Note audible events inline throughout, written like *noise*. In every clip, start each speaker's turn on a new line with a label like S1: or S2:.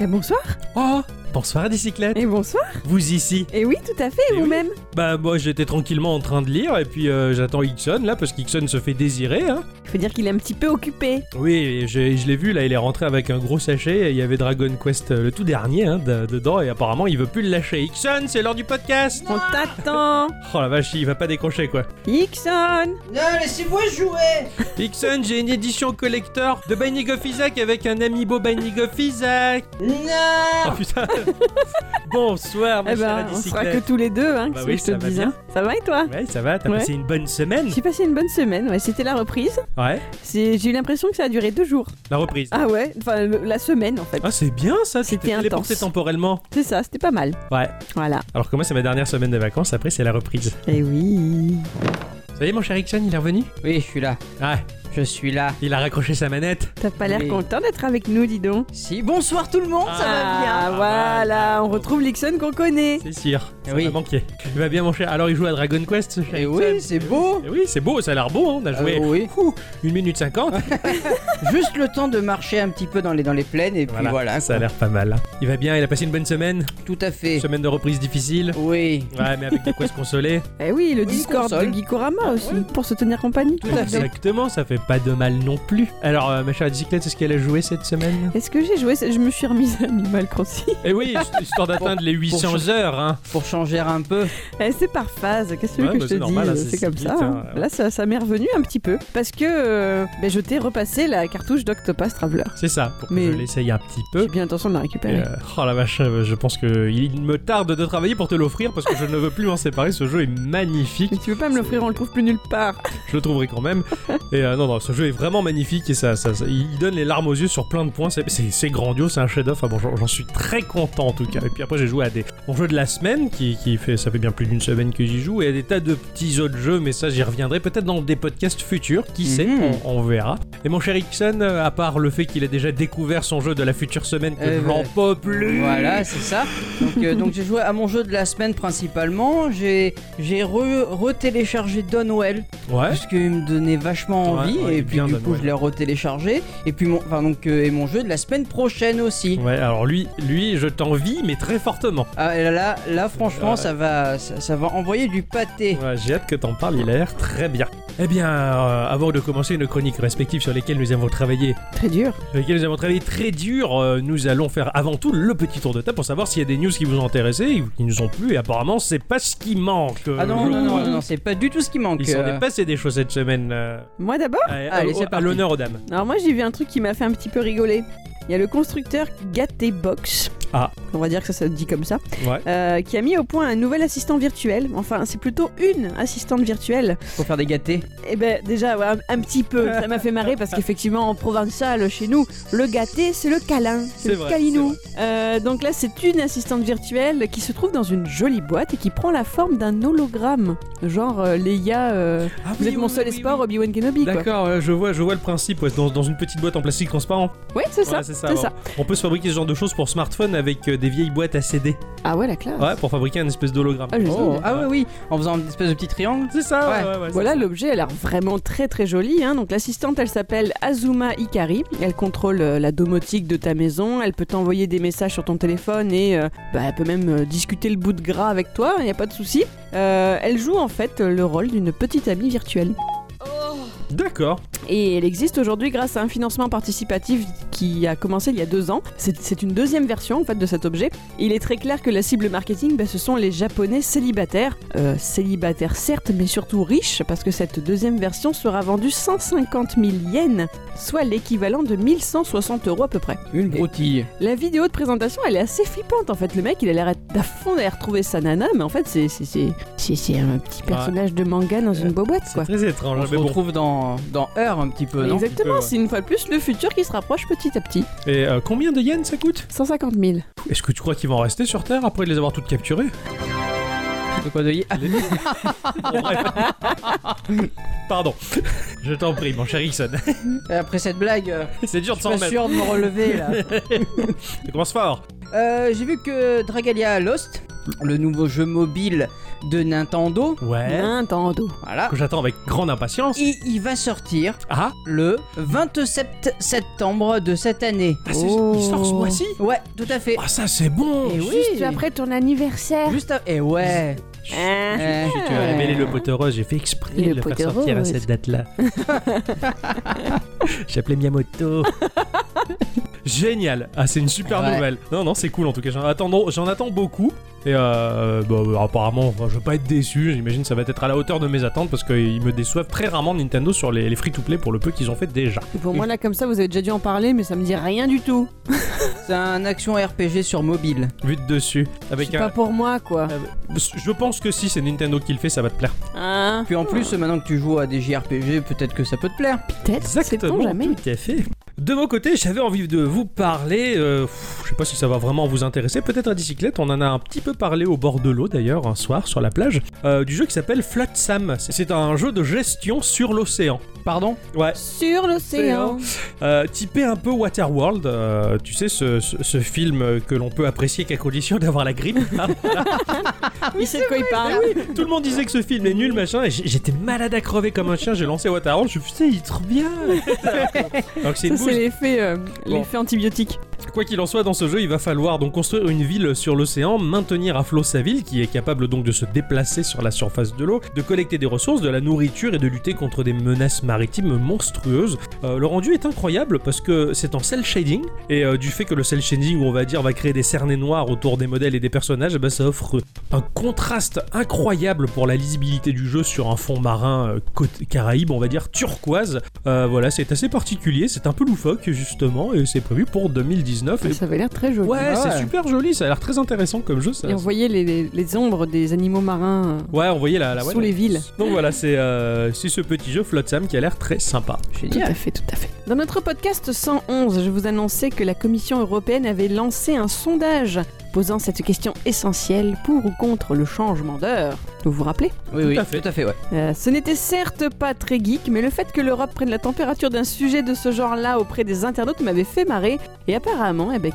S1: Mais bonsoir
S2: Oh Bonsoir à Dicyclette
S1: Et bonsoir
S2: Vous ici
S1: Et oui, tout à fait,
S2: Et
S1: et vous-même
S2: Bah moi j'étais tranquillement en train de lire et puis euh, j'attends Hickson là parce qu'Hickson se fait désirer hein.
S1: Il Faut dire qu'il est un petit peu occupé.
S2: Oui j'ai- je l'ai vu là il est rentré avec un gros sachet et il y avait Dragon Quest euh, le tout dernier hein, de- dedans et apparemment il veut plus le lâcher. Hickson c'est l'heure du podcast
S1: On t'attend
S2: Oh la vache il va pas décrocher quoi.
S1: Ixon
S3: Non, laissez-moi jouer
S2: Hickson j'ai une édition collector de Binding of Isaac avec un amiibo Binding of Isaac Oh
S3: Non
S2: putain Bonsoir ma
S1: Ah. Eh
S2: chère
S1: ben, on sera
S2: Dicyclette
S1: que tous les deux, hein,
S2: Bah
S1: qu'est-ce
S2: oui,
S1: que je te
S2: ça va
S1: dis,
S2: bien.
S1: hein. Ça va et toi
S2: Ouais ça va t'as
S1: Ouais.
S2: passé une bonne semaine
S1: J'ai passé une bonne semaine, ouais, c'était la reprise.
S2: Ouais
S1: C'est- J'ai eu l'impression que ça a duré deux jours.
S2: la reprise.
S1: Ah ouais, enfin le- la semaine en fait.
S2: Ah c'est bien ça, tu
S1: C'était
S2: t'es téléporté
S1: intense.
S2: temporellement.
S1: C'est ça, c'était pas mal.
S2: Ouais.
S1: Voilà.
S2: Alors que moi c'est ma dernière semaine de vacances, après c'est la reprise.
S1: Et oui.
S2: Ça y est mon cher Ixon, il est revenu
S3: Oui, je suis là.
S2: Ouais,
S3: Je suis là.
S2: Ah, il a raccroché sa manette.
S1: T'as pas l'air
S3: Oui.
S1: content d'être avec nous, dis donc.
S3: Si, bonsoir tout le monde, ça va bien
S1: Ah,
S2: bah,
S1: voilà, on retrouve l'Ixon qu'on connaît.
S2: C'est sûr, ça
S3: Eh Oui.
S2: m'a manqué. Il va bien mon cher, alors il joue à Dragon Quest ce cher
S3: Eh
S2: Ixon.
S3: oui, c'est beau
S2: Eh oui, c'est beau, ça a l'air beau, hein, on a
S3: Ah
S2: joué
S3: oui.
S2: ouh, une minute 50.
S3: *laughs* Juste le temps de marcher un petit peu dans les, dans les plaines et puis voilà.
S2: ça a
S3: quoi.
S2: l'air pas mal. Il va bien, il a passé une bonne semaine,
S3: Tout à fait.
S2: semaine de reprise difficile.
S3: Oui.
S2: Ouais, mais avec de quoi se consoler.
S1: Eh oui, le
S3: Oui,
S1: Discord
S3: console. Ah,
S1: de Gikorama aussi,
S3: Ouais.
S1: pour se tenir compagnie.
S3: *laughs* Tout à fait.
S2: Exactement, ça fait pas de mal non plus. Alors, euh, ma chère bicyclette, c'est ce qu'elle a joué cette
S3: *laughs*
S2: semaine
S1: *laughs* Est-ce que j'ai joué Je me suis remise à Animal Crossing.
S2: Eh oui, histoire d'atteindre les 800 heures, hein.
S3: Pour changer un peu.
S1: *laughs* Eh, c'est par phase, qu'est-ce que tu
S2: Ouais,
S1: veux que je
S2: bah,
S1: te
S2: c'est
S1: dis
S2: normal, hein, c'est
S1: C'est comme
S2: si
S1: ça.
S2: vite,
S1: hein.
S2: hein, ouais.
S1: Là, ça, ça m'est revenu un petit peu. Parce que euh, ben, je t'ai repassé la cartouche d'Octopus Traveler.
S2: C'est ça, pour que
S1: Mais-
S2: je l'essaye un petit peu.
S1: J'ai bien l'intention de la
S2: Et,
S1: récupérer.
S2: euh, oh la vache, euh, je pense que il me tarde de travailler pour te l'offrir parce que je ne veux plus m'en séparer. Ce jeu est magnifique,
S1: Mais tu veux pas me l'offrir,
S2: c'est-
S1: on le trouve plus nulle part.
S2: je le trouverai quand même. Et euh, non, non, ce jeu est vraiment magnifique et ça, ça, ça- il donne les larmes aux yeux sur plein de points. C'est- C'est c'est grandiose, c'est un chef-d'œuvre. Enfin, bon, j'en j'en suis très content en tout cas. Et puis après, j'ai joué à des mon jeu de la semaine qui, qui fait ça fait bien plus d'une semaine que j'y joue et à des tas de petits autres jeux. Mais ça, j'y reviendrai peut-être dans des podcasts futurs. Qui sait,
S3: Mhm.
S2: on, on verra. Et mon cher Ixon, euh, à part le fait qu'il a déjà découvert son jeu de la future semaine, que
S3: Euh,
S2: j'en
S3: ouais.
S2: peux plus.
S3: Voilà, c'est ça. Donc, euh, donc j'ai joué à mon jeu de la semaine principalement. J'ai j'ai re- re-téléchargé Dunwell.
S2: Ouais.
S3: parce qu'il me donnait vachement
S2: Ouais,
S3: envie
S2: ouais, il est
S3: et puis
S2: bien
S3: du
S2: Dan
S3: coup
S2: Whale.
S3: je l'ai retéléchargé et puis mon enfin donc euh, et mon jeu de la semaine prochaine aussi.
S2: Ouais, alors lui, lui, je t'envie, mais très fortement.
S3: Ah et là là, là, franchement
S2: Ouais.
S3: ça va ça, ça va envoyer du pâté.
S2: Ouais, j'ai hâte que t'en parles, il a l'air très bien. Eh bien, euh, avant de commencer nos chroniques respectives sur lesquelles nous avons travaillé,
S1: Ah, Très dur.
S2: sur lesquelles nous avons travaillé très dur, euh, nous allons faire avant tout le petit tour de table pour savoir s'il y a des news qui vous ont intéressé ou qui nous ont plu, et apparemment, c'est pas ce qui manque. euh,
S3: Ah non
S2: je
S3: non non
S2: crois.
S3: non, non, c'est pas du tout ce qui manque.
S2: Il s'en
S3: euh.
S2: est passé des choses cette semaine. euh,
S1: Moi d'abord
S2: à- à-
S3: Allez,
S2: au-
S3: c'est
S2: à
S3: parti.
S2: l'honneur aux dames.
S1: Alors moi, j'ai vu un truc qui m'a fait un petit peu rigoler. Il y a le constructeur Gatebox.
S2: Ah.
S1: On va dire que ça se dit comme ça.
S2: Ouais.
S1: euh, qui a mis au point un nouvel assistant virtuel. Enfin, c'est plutôt une assistante virtuelle.
S3: Pour faire des gâtés.
S1: Eh ben déjà ouais, un, un petit peu, ça m'a fait marrer *laughs* parce qu'effectivement en provençal chez nous, le gâté c'est le câlin,
S2: C'est
S1: le
S2: vrai,
S1: câlinou. Euh, donc là c'est une assistante virtuelle qui se trouve dans une jolie boîte et qui prend la forme d'un hologramme, genre euh, Leia, euh,
S2: Ah
S1: vous
S2: oui,
S1: êtes mon
S2: oui,
S1: seul
S2: oui,
S1: espoir
S2: oui.
S1: Obi-Wan Kenobi quoi.
S2: D'accord, euh, je vois, je vois le principe. ouais, dans, dans une petite boîte en plastique transparent.
S1: Ouais c'est ça,
S2: Ouais, c'est ça.
S1: c'est
S2: bon.
S1: ça.
S2: On peut se fabriquer ce genre de choses pour smartphone avec euh, des vieilles boîtes à CD.
S1: Ah ouais la classe.
S2: Ouais, pour fabriquer un espèce d'hologramme.
S1: Ah, je sais.
S3: Oh, ah oui oui, en faisant une espèce de petit triangle.
S2: C'est ça, ouais,
S3: Ouais.
S2: ouais, ouais,
S1: Voilà,
S2: c'est ça.
S1: l'objet a l'air vraiment très très joli. hein. Donc l'assistante, elle s'appelle Azuma Ikari. Elle contrôle euh, la domotique de ta maison. Elle peut t'envoyer des messages sur ton téléphone et euh, bah, elle peut même euh, discuter le bout de gras avec toi. Il n'y a pas de souci. Euh, elle joue en fait euh, le rôle d'une petite amie virtuelle.
S2: D'accord.
S1: Et elle existe aujourd'hui grâce à un financement participatif qui a commencé il y a deux ans. C'est c'est une deuxième version en fait de cet objet. Il est très clair que la cible marketing, bah, ce sont les Japonais célibataires. Euh, célibataires certes, mais surtout riches, parce que cette deuxième version sera vendue 150 000 yens, soit l'équivalent de 1160 euros à peu près.
S3: Une broutille.
S1: La vidéo de présentation, elle est assez flippante en fait. Le mec, il a l'air à fond d'aller retrouver sa nana, mais en fait, c'est- c'est- c'est c'est- c'est un petit personnage de manga dans une boîte quoi.
S2: C'est très étrange,
S3: On se
S2: mais bon.
S3: retrouve dans dans Heure un petit peu, Bah non
S1: Exactement,
S2: ouais.
S1: c'est une fois de plus le futur qui se rapproche petit à petit.
S2: Et euh, combien de yens ça coûte
S1: 150 000.
S2: Est-ce que tu crois qu'ils vont en rester sur Terre après les avoir toutes
S1: *laughs*
S2: capturées
S3: De
S2: *laughs*
S3: quoi de Ah,
S2: Bon, bref. Pardon. Je t'en prie, mon
S1: *laughs*
S2: cher Ixon.
S3: Après cette blague, euh,
S2: C'est dur
S3: je
S2: de
S3: suis
S2: s'en
S3: pas
S2: remettre. *laughs*
S3: sûr de me relever là.
S2: Tu commences fort.
S3: Euh, j'ai vu que Dragalia a Lost. le nouveau jeu mobile de Nintendo.
S2: Ouais.
S1: Nintendo.
S3: Voilà.
S2: Que j'attends avec grande impatience.
S3: Et il va sortir
S2: Ah,
S3: le 27 septembre de cette année.
S2: ah, c'est-
S1: Oh.
S2: il sort ce mois-ci
S3: Ouais, tout à fait.
S2: Ah, ça c'est bon
S3: Et
S1: Juste après ton anniversaire.
S3: Juste à- Eh ouais.
S1: Hein.
S3: Eh.
S2: Tu as révélé le pot heureux, j'ai fait exprès
S1: Le
S2: de le
S1: pot heureux,
S2: faire sortir à
S1: ouais. *laughs*
S2: cette date-là.
S1: *laughs*
S2: J'appelais Miyamoto. Génial, ah c'est une super
S3: Ouais.
S2: nouvelle. Non non c'est cool en tout cas. J'en attends, j'en attends beaucoup et euh, bah, bah, apparemment enfin, je vais pas être déçu. J'imagine que ça va être à la hauteur de mes attentes parce qu'ils me déçoivent très rarement Nintendo sur les, free to play pour le peu qu'ils ont fait déjà.
S1: Et Pour moi, là, comme ça, vous avez déjà dû en parler, mais ça me dit rien du tout.
S3: C'est un action RPG sur mobile.
S2: Vu de dessus avec
S1: C'est
S2: un.
S1: pas pour moi, quoi.
S2: Je pense que si c'est Nintendo qui le fait, ça va te plaire.
S1: Hein
S3: Puis en plus, maintenant que tu joues à des JRPG, peut-être que ça peut te plaire.
S1: Peut-être, c'est
S2: Exactement,
S1: bon, jamais.
S2: tout à fait. De mon côté, j'avais envie de vous parler, euh, pff, je sais pas si ça va vraiment vous intéresser, peut-être à bicyclette, on en a un petit peu parlé au bord de l'eau d'ailleurs, un soir sur la plage, euh, du jeu qui s'appelle Flat Sam. C'est- C'est un jeu de gestion sur l'océan.
S3: Pardon
S2: Ouais,
S1: Sur l'océan.
S2: euh, typé un peu Waterworld, euh, tu sais, ce, ce- ce film que l'on peut apprécier qu'à condition d'avoir la grippe. hein.
S1: *laughs* Il sait de quoi il parle.
S2: Tout le monde disait que ce film est nul, machin, et j- j'étais malade à crever comme un chien, j'ai lancé Waterworld, je me suis dit, putain, il est
S1: *laughs*
S2: trop bien Donc c'est une
S1: Ça,
S2: bouse-
S1: c'est l'effet euh, l'effet antibiotique.
S2: Quoi qu'il en soit, dans ce jeu, il va falloir donc construire une ville sur l'océan, maintenir à flot sa ville, qui est capable donc de se déplacer sur la surface de l'eau, de collecter des ressources, de la nourriture et de lutter contre des menaces maritimes monstrueuses. Euh, le rendu est incroyable parce que c'est en cel shading, et euh, du fait que le cel shading, on va dire, va créer des cernets noirs autour des modèles et des personnages, eh ben, ça offre un contraste incroyable pour la lisibilité du jeu sur un fond marin euh, côte caraïbe, on va dire turquoise. Euh, voilà, c'est assez particulier, c'est un peu loufoque justement, et c'est prévu pour 2019. Et-
S1: Ça avait l'air très joli.
S2: Ouais,
S3: Ah
S2: c'est
S3: ouais.
S2: super joli, ça a l'air très intéressant comme jeu. Ça.
S1: Et on voyait les, les- les ombres des animaux marins. euh,
S2: Ouais, on voyait la, la
S1: Sous
S2: ouais, la-
S1: les villes.
S2: Donc voilà, c'est euh, c'est ce petit jeu Flotsam qui a l'air très sympa.
S1: Tout
S3: Génial.
S1: à fait, tout à fait. Dans notre podcast 111, je vous annonçais que la Commission européenne avait lancé un sondage posant cette question essentielle pour ou contre le changement d'heure. Vous vous rappelez
S3: Oui, oui,
S2: à fait.
S3: tout à fait, ouais.
S1: Euh, ce n'était certes pas très geek, mais le fait que l'Europe prenne la température d'un sujet de ce genre-là auprès des internautes m'avait fait marrer. Et apparemment, eh ben,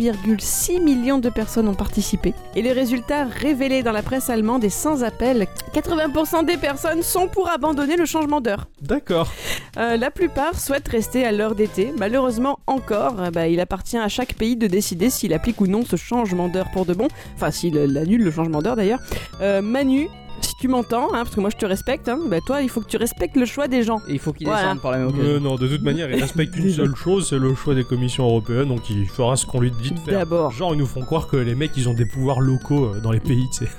S1: 4,6 millions de personnes ont participé. Et les résultats révélés dans la presse allemande et sans appel, 80% des personnes sont pour abandonner le changement d'heure.
S2: D'accord.
S1: Euh, la plupart souhaitent rester à l'heure d'été. Malheureusement, encore, eh ben, il appartient à chaque pays de décider s'il applique ou non ce changement d'heure pour de bon. Enfin, s'il euh, annule le changement d'heure d'ailleurs. Euh, Manu, si tu m'entends, hein, parce que moi je te respecte, hein, bah, toi il faut que tu respectes le choix des gens.
S3: Et il faut qu'il
S1: Voilà.
S3: descende par la même
S2: Euh,
S3: occasion.
S2: non, de toute manière, il respecte une seule chose, c'est le choix des commissions européennes, donc il fera ce qu'on lui dit de faire. *laughs*
S1: D'abord. *laughs*
S2: Genre, ils nous font croire que les mecs, ils ont des pouvoirs locaux euh, dans les pays, tu sais.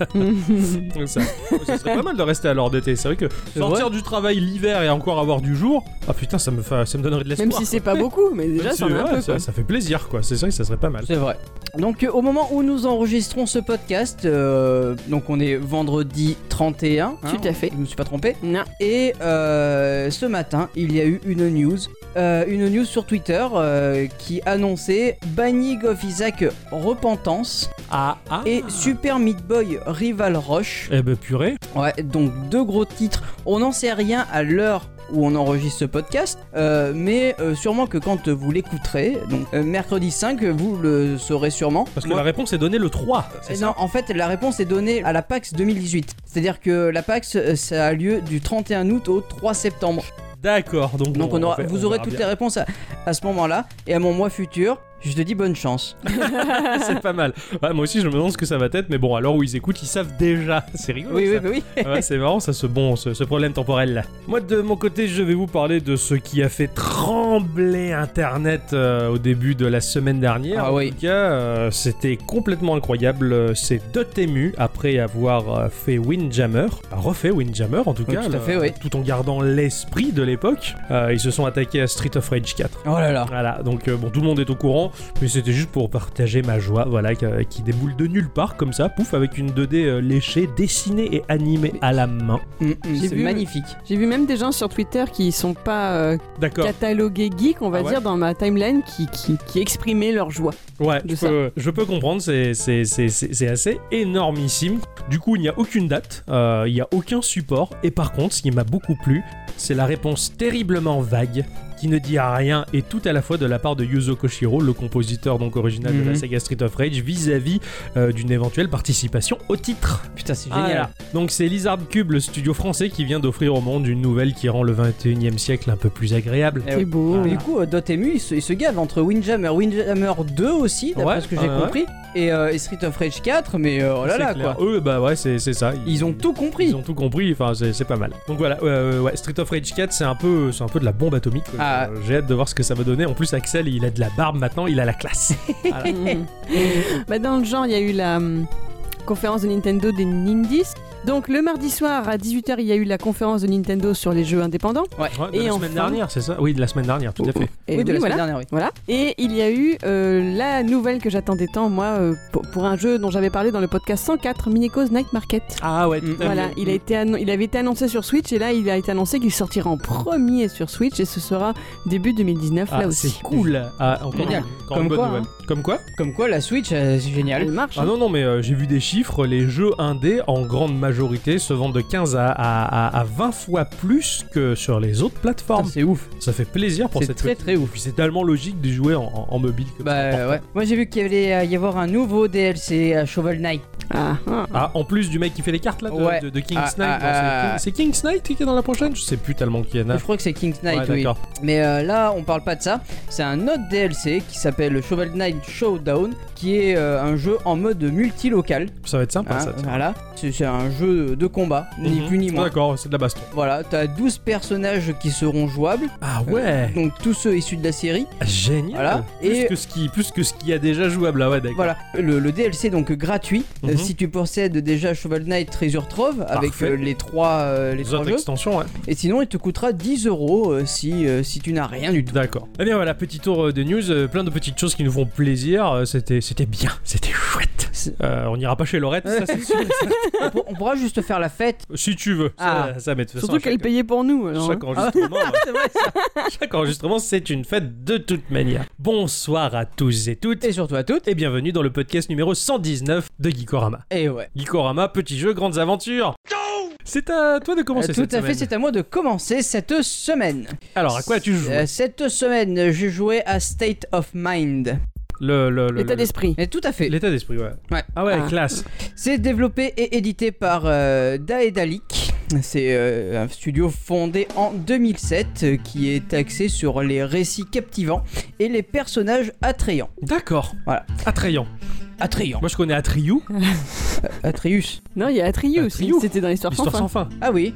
S2: Donc ça, ça serait pas mal de rester à l'heure d'été. C'est vrai que sortir du travail l'hiver et encore avoir du jour, ah putain, ça me, fa- ça me donnerait de l'espoir.
S1: Même si c'est pas beaucoup, mais
S2: Même
S1: déjà
S2: si,
S1: ça en a un
S2: ouais,
S1: peu.
S2: ça,
S1: quoi.
S2: ça fait plaisir, quoi. C'est vrai que ça serait pas mal.
S3: C'est vrai. Donc euh, au moment où nous enregistrons ce podcast, euh, donc on est vendredi 31. hein,
S1: Tout à fait.
S3: Je me suis pas trompé.
S1: Non.
S3: Et euh, ce matin, il y a eu une news. euh, une news sur Twitter euh, qui annonçait Banning of Isaac Repentance
S2: Ah, ah.
S3: et Super Meat Boy Rival Rush.
S2: Eh ben purée.
S3: Ouais, donc deux gros titres. On n'en sait rien à l'heure où on enregistre ce podcast, euh, mais euh, sûrement que quand vous l'écouterez, donc euh, mercredi 5, vous le saurez sûrement.
S2: Parce que
S3: Moi- euh,
S2: la réponse est donnée le 3. c'est
S3: non,
S2: ça
S3: en fait, la réponse est donnée à la PAX 2018. C'est-à-dire que la PAX, euh, ça a lieu du 31 août au 3 septembre.
S2: D'accord. Donc,
S3: Donc on aura,
S2: fait-
S3: vous
S2: on
S3: aurez
S2: verra *laughs*
S3: toutes les
S2: bien.
S3: réponses à, à ce moment-là. Et à mon mois futur, je te dis bonne chance.
S2: c'est pas mal. Ouais, moi aussi, je me demande ce que ça va être, mais bon, alors où ils écoutent, ils savent déjà. C'est rigolo.
S3: oui,
S2: Ah ça.
S3: oui, bah oui.
S2: *laughs* ouais, c'est marrant ça, ce bon, ce, ce problème temporel là. Moi de mon côté, je vais vous parler de ce qui a fait trembler Internet euh, au début de la semaine dernière.
S3: Ah
S2: en
S3: oui.
S2: tout cas, euh, c'était complètement incroyable. Euh, C'est Dotemu après avoir euh, fait Windjammer, refait Windjammer en tout
S3: Oui,
S2: cas,
S3: tout à
S2: le-
S3: fait, oui.
S2: tout en gardant l'esprit de l'époque. Euh, ils se sont attaqués à Street of Rage 4.
S3: Oh là là.
S2: Voilà, donc euh, bon, tout le monde est au courant, mais c'était juste pour partager ma joie, voilà, qui, euh, qui déboule de nulle part comme ça, pouf, avec une 2D euh, léchée, dessinée et animée à la main.
S3: Mm, mm,
S1: J'ai
S3: c'est
S1: vu-
S3: magnifique.
S1: J'ai vu même des gens sur Twitter qui sont pas euh,
S2: D'accord.
S1: catalogués geek, on va
S2: Ah ouais Eh
S1: dire, dans ma timeline, qui, qui, qui exprimaient leur joie.
S2: Ouais,
S1: de
S2: je
S1: ça.
S2: peux, je peux comprendre, c'est- c'est c'est- c'est- c'est assez énormissime. Du coup, il n'y a aucune date, euh, il n'y a aucun support, et par contre, ce qui m'a beaucoup plu, c'est la réponse terriblement vague qui ne dit à rien et tout à la fois de la part de Yuzo Koshiro, le compositeur donc original de la
S3: Mhm.
S2: saga Street of Rage, vis-à-vis euh, d'une éventuelle participation au titre.
S3: Putain, c'est
S2: Ah
S3: génial.
S2: là. Donc c'est Lizard Cube, le studio français, qui vient d'offrir au monde une nouvelle qui rend le 21e siècle un peu plus agréable.
S3: Eh
S1: C'est
S3: oui.
S1: beau.
S2: Ah, Mm.
S3: Du coup, euh, Dotemu, il se, il se gave entre Windjammer, Windjammer 2 aussi, d'après
S2: Ouais,
S3: ce que j'ai
S2: ouais, ouais.
S3: compris, et, euh, et Street of Rage 4, mais euh, oh là
S2: C'est
S3: là
S2: clair.
S3: quoi.
S2: Eux, bah ouais, c'est c'est ça.
S3: Ils ont tout compris.
S2: Ils ont tout compris, enfin c'est c'est pas mal. Donc voilà, euh, ouais, Street of Rage 4, c'est un peu, c'est un peu de la bombe atomique. quoi. Euh,
S3: Ah.
S2: J'ai hâte de voir ce que ça va donner. En plus, Axel, il a de la barbe maintenant, il a la
S3: *laughs*
S2: classe.
S1: Mhm.
S2: Mm.
S1: *laughs* Bah, dans le genre, il y a eu la hum, conférence de Nintendo des Nindies. Donc le mardi soir à 18h, il y a eu la conférence de Nintendo sur les jeux indépendants.
S2: Ouais, de
S1: Et
S2: la
S1: enfin-
S2: semaine dernière, c'est ça Oui, de la semaine dernière, tout à fait.
S1: Et
S3: oui, de
S1: oui,
S3: la semaine
S1: voilà.
S3: dernière, oui.
S1: Voilà. Et il y a eu euh, la nouvelle que j'attendais tant, moi, euh, pour, pour un jeu dont j'avais parlé dans le podcast 104, Minico's Night Market.
S2: Ah ouais,
S3: tout à
S1: Voilà, il, a été annon- il avait été annoncé sur Switch et là il a été annoncé qu'il sortira en premier sur Switch et ce sera début 2019 là aussi.
S2: Ah, c'est cool. Ah, encore
S3: Génial.
S2: une- encore
S3: Comme
S2: une bonne
S3: quoi, hein.
S2: nouvelle. Comme quoi
S3: Comme quoi, la Switch, euh, c'est génial.
S1: Elle marche.
S2: Ah
S1: hein.
S2: non, non, mais euh, j'ai vu des chiffres. Les jeux indés, en grande majorité, se vendent de 15 à, à- à- à 20 fois plus que sur les autres
S3: Putain,
S2: plateformes.
S3: C'est ouf.
S2: ça fait plaisir pour
S3: C'est
S2: cette
S3: très très ouf.
S2: Puis c'est tellement logique de jouer en, en- en mobile. comme ça.
S3: Bah ouais. Moi j'ai vu qu'il allait euh, y avoir un nouveau DLC à euh, Shovel Knight.
S1: Ah, ah.
S2: Ah, en plus du mec qui fait les cartes là de,
S3: Ouais.
S2: de- de King's
S3: Ah,
S2: Knight.
S3: ah,
S2: non, c'est
S3: ah,
S2: King-
S3: ah.
S2: c'est King's Knight qui est dans la prochaine Je sais plus tellement qui en a.
S3: Je crois que c'est King's Knight,
S2: Ouais,
S3: oui.
S2: d'accord.
S3: Mais euh, là, on parle pas de ça. C'est un autre DLC qui s'appelle Shovel Knight Showdown, qui est euh, un jeu en mode multilocal.
S2: Ça va être sympa
S3: Hein,
S2: Ah, ça. tiens.
S3: voilà. C'est c'est un jeu de combat, ni
S2: Mhm.
S3: plus ni moins.
S2: D'accord, c'est de la baston.
S3: Voilà, t'as 12 personnages qui seront jouables,
S2: Ah ouais,
S3: Euh, donc tous ceux issus de la série.
S2: génial.
S3: Voilà.
S2: Plus
S3: Et-
S2: que ce qui, plus que ce qui a déjà jouable là, ouais, d'accord.
S3: Voilà, le, le DLC donc gratuit. euh,
S2: Mhm.
S3: si tu possèdes déjà Shovel Knight Treasure Trove avec
S2: Parfait.
S3: euh, les trois, euh, les
S2: Les
S3: trois
S2: autres
S3: jeux,
S2: extensions, ouais.
S3: et sinon il te coûtera 10 euros euh, si, euh, si tu n'as rien du tout.
S2: D'accord. Eh bien voilà, petit tour euh, de news, euh, plein de petites choses qui nous font plaisir. euh, C'était, c'était bien, c'était chouette.
S3: C'est-
S2: Euh, on n'ira pas chez Laurette, ça c'est
S3: *laughs*
S2: sûr.
S3: on, pour- on pourra juste faire la fête.
S2: si tu veux.
S3: Ah.
S2: Ça, ça mais de toute façon,
S1: Surtout
S2: à
S1: qu'elle
S2: chaque-
S1: payait pour nous. alors, hein.
S2: Chaque enregistrement,
S3: *laughs*
S2: chaque enregistrement, c'est une fête de toute manière. Bonsoir à tous et toutes
S3: Et surtout à toutes.
S2: et bienvenue dans le podcast numéro 119 de Geekorama.
S3: Et ouais.
S2: Geekorama, petit jeu, grandes aventures. C'est à toi de commencer
S3: Euh, tout
S2: cette
S3: à fait,
S2: semaine.
S3: c'est à moi de commencer cette semaine.
S2: Alors à quoi tu joues
S3: Euh, Cette semaine, j'ai joué à State of Mind.
S2: le, le- le-
S1: L'état
S2: le-
S1: d'esprit.
S3: Et tout à fait.
S2: L'état d'esprit, ouais.
S3: Ouais.
S2: Ah ouais,
S1: Ah.
S2: classe.
S3: C'est développé et édité par euh, Daedalic. C'est euh, un studio fondé en 2007 euh, qui est axé sur les récits captivants et les personnages attrayants.
S2: D'accord.
S3: Voilà.
S2: Attrayant.
S3: Attrayants.
S2: Moi je connais *laughs* Atriou.
S3: Atreus.
S1: Non, il y a Atriu aussi.
S2: Atreyu.
S1: C'était dans l'histoire sans
S2: Histoire
S1: fin.
S2: sans fin. *laughs*
S3: Ah oui.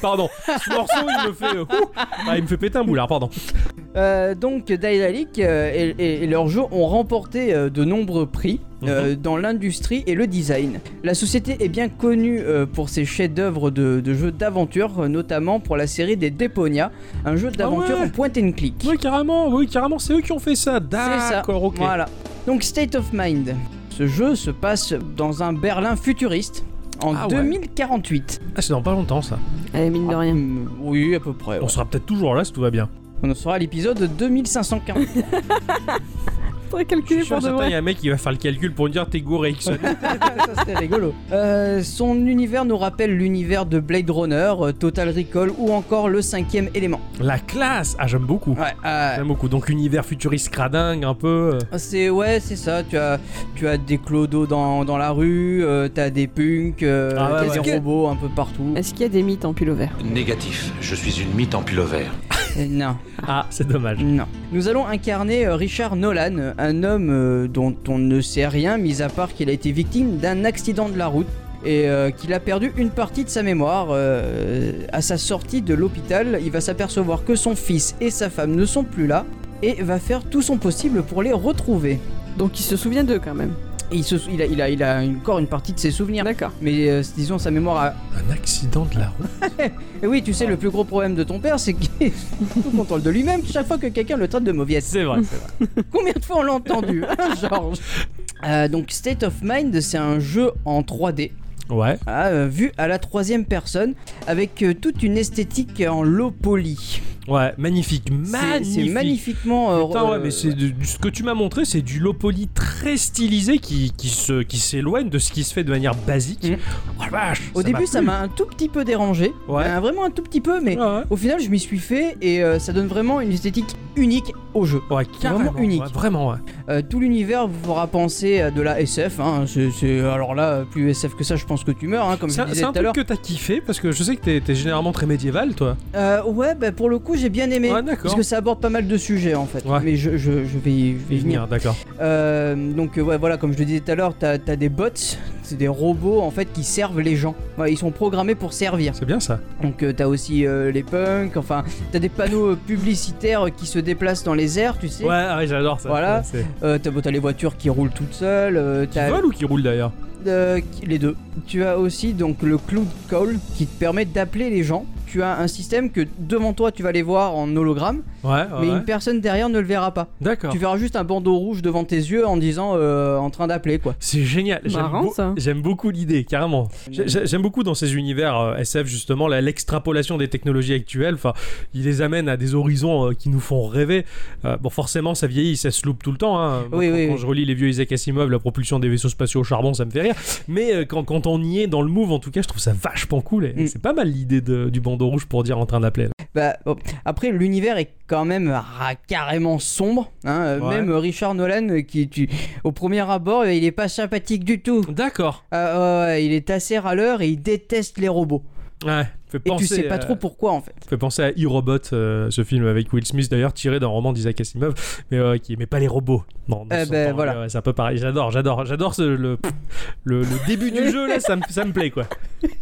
S2: Pardon, ce morceau il me fait. euh, ouh. Ah, il me fait péter un boulard, pardon.
S3: Euh, donc Daedalic euh, et, et- et leurs jeux ont remporté euh, de nombreux prix euh, dans l'industrie et le design. La société est bien connue euh, pour ses chefs-d'œuvre de, de jeux d'aventure, euh, notamment pour la série des Deponia, un jeu d'aventure
S2: ouais.
S3: en point and click.
S2: Oui, carrément, oui, carrément, c'est eux qui ont fait ça.
S3: ça.
S2: D'accord, ok.
S3: Voilà. Donc State of Mind. Ce jeu se passe dans un Berlin futuriste en
S2: Ah ouais.
S3: 2048.
S2: Ah, c'est dans pas longtemps ça.
S1: Allez, Eh, mine de
S2: Ah.
S1: rien.
S3: Hmm, oui, à peu près. ouais.
S2: On sera peut-être toujours là si tout va bien.
S3: On en sera à l'épisode 2540.
S2: *laughs*
S1: Faudrait
S2: Je
S1: calculer
S2: suis sûr,
S1: pour de
S2: certain, il
S1: vrai.
S2: y a un mec qui va faire le calcul pour me dire t'es gouré Ixon.
S3: ça serait rigolo. Euh, son univers nous rappelle l'univers de Blade Runner, euh, Total Recall ou encore le cinquième élément.
S2: La classe Ah, j'aime beaucoup.
S3: Ouais, euh,
S2: J'aime beaucoup. Donc, univers futuriste cradingue, un peu. euh.
S3: c'est ouais, c'est ça. Tu as, tu as des clodos dans, dans la rue, euh, t'as des punks, euh,
S2: Ah ouais,
S3: t'as
S2: ouais.
S3: des robots un peu partout.
S1: Est-ce qu'il y a des mythes en pull vert
S4: Négatif, je suis une mythe en pullover.
S3: Euh, non.
S2: Ah, c'est dommage.
S3: Non. Nous allons incarner euh, Richard Nolan, euh, un homme euh, dont on ne sait rien, mis à part qu'il a été victime d'un accident de la route et euh, qu'il a perdu une partie de sa mémoire. euh, à sa sortie de l'hôpital, il va s'apercevoir que son fils et sa femme ne sont plus là et va faire tout son possible pour les retrouver.
S1: Donc il se souvient d'eux quand même.
S3: Et il, se sou- il a, il a- il a encore une partie de ses souvenirs,
S1: D'accord.
S3: mais euh, disons sa mémoire a...
S2: Un accident de la route.
S3: Et oui, tu sais, le plus gros problème de ton père, c'est qu'il est *laughs* tout contrôle de lui-même chaque fois que quelqu'un le traite de mauviette.
S2: C'est vrai, c'est vrai.
S3: Combien de fois on l'a entendu,
S2: *laughs*
S3: hein, Georges Euh, Donc State of Mind, c'est un jeu en hein, 3D,
S2: Ouais.
S3: ah, euh, vu à la troisième personne, avec euh, toute une esthétique en low poly.
S2: Ouais, magnifique,
S3: C'est-
S2: magnifique.
S3: C'est magnifiquement. euh,
S2: Putain, ouais,
S3: euh,
S2: mais c'est de- du- ce que tu m'as montré, c'est du low poly très stylisé qui, qui se, qui s'éloigne de ce qui se fait de manière basique.
S3: Mm.
S2: Oh la vache
S3: Au début, ça
S2: plu.
S3: m'a un tout petit peu dérangé.
S2: Ouais.
S3: Ben, vraiment un tout petit peu, mais
S2: Ouais, ouais.
S3: au final, je m'y suis fait et euh, ça donne vraiment une esthétique unique au jeu.
S2: Ouais, carrément,
S3: vraiment unique.
S2: ouais, vraiment, ouais.
S3: Euh, tout l'univers vous fera penser à de la SF. Hein, c'est- c'est- alors là, plus SF que ça, je pense que tu meurs, hein, comme je
S2: C'est
S3: le
S2: un,
S3: disais
S2: c'est un
S3: tout à l'heure.
S2: truc que t'as kiffé parce que je sais que t'es, t'es généralement très médiéval, toi.
S3: Euh, ouais, bah, pour le coup, j'ai bien aimé.
S2: ouais, Ah, d'accord.
S3: Parce que ça aborde pas mal de sujets en fait.
S2: Ouais.
S3: Mais je, je- je vais, y- je vais y venir.
S2: d'accord.
S3: Euh, donc euh, ouais, voilà, comme je le disais tout à l'heure, t'as as des bots, c'est des robots en fait qui servent les gens. Ouais, ils sont programmés pour servir.
S2: C'est bien ça.
S3: Donc euh, t'as aussi euh, les punks, enfin t'as des panneaux euh, publicitaires qui se déplacent dans les airs, tu sais.
S2: Ouais, ouais, j'adore ça.
S3: Voilà.
S2: C'est- c'est-
S3: Euh, t'as bon, t'as les voitures qui roulent toutes seules, euh,
S2: Qui
S3: t'as
S2: vole ou qui roule d'ailleurs
S3: euh, qui- les deux. Tu as aussi donc le cloud call qui te permet d'appeler les gens. Tu as un système que devant toi tu vas les voir en hologramme,
S2: Ouais,
S3: mais
S2: ouais.
S3: une personne derrière ne le verra pas.
S2: D'accord.
S3: Tu verras juste un bandeau rouge devant tes yeux en disant euh, en train d'appeler quoi.
S2: C'est génial. J'aime
S1: Marrant,
S2: beau-
S1: ça.
S2: J'aime beaucoup l'idée, carrément. J'ai- j'ai- J'aime beaucoup dans ces univers euh, SF justement la- l'extrapolation des technologies actuelles. Enfin, ils les amènent à des horizons euh, qui nous font rêver. Euh, bon, forcément, ça vieillit, ça se loupe tout le temps. hein. Moi,
S3: Oui,
S2: quand,
S3: oui,
S2: quand
S3: oui.
S2: je relis les vieux Isaac Asimov, la propulsion des vaisseaux spatiaux au charbon, ça me fait rire. Mais euh, quand, quand on y est dans le move, en tout cas, je trouve ça vachement cool. Et
S3: Mm.
S2: c'est pas mal l'idée de- du bandeau rouge pour dire en train d'appeler. là.
S3: Bah, bon. Après, l'univers est quand même ra- carrément sombre. hein, euh,
S2: Ouais.
S3: Même euh, Richard Nolan, euh, qui tu- au premier abord, euh, il est pas sympathique du tout.
S2: D'accord.
S3: Ah, ouais, il est assez râleur et il déteste les robots.
S2: Ouais. Fait
S3: Et
S2: penser,
S3: tu sais pas
S2: à-
S3: trop pourquoi en fait.
S2: Ça fait penser à E-Robot, euh, ce film avec Will Smith d'ailleurs, tiré d'un roman d'Isaac Asimov, mais euh, qui aimait pas les robots. Non, dans
S3: Eh
S2: son
S3: ben,
S2: temps,
S3: voilà.
S2: ouais, ouais, c'est un peu pareil. J'adore, j'adore, j'adore ce- le, pff, le, le début du jeu là, ça me ça me plaît quoi.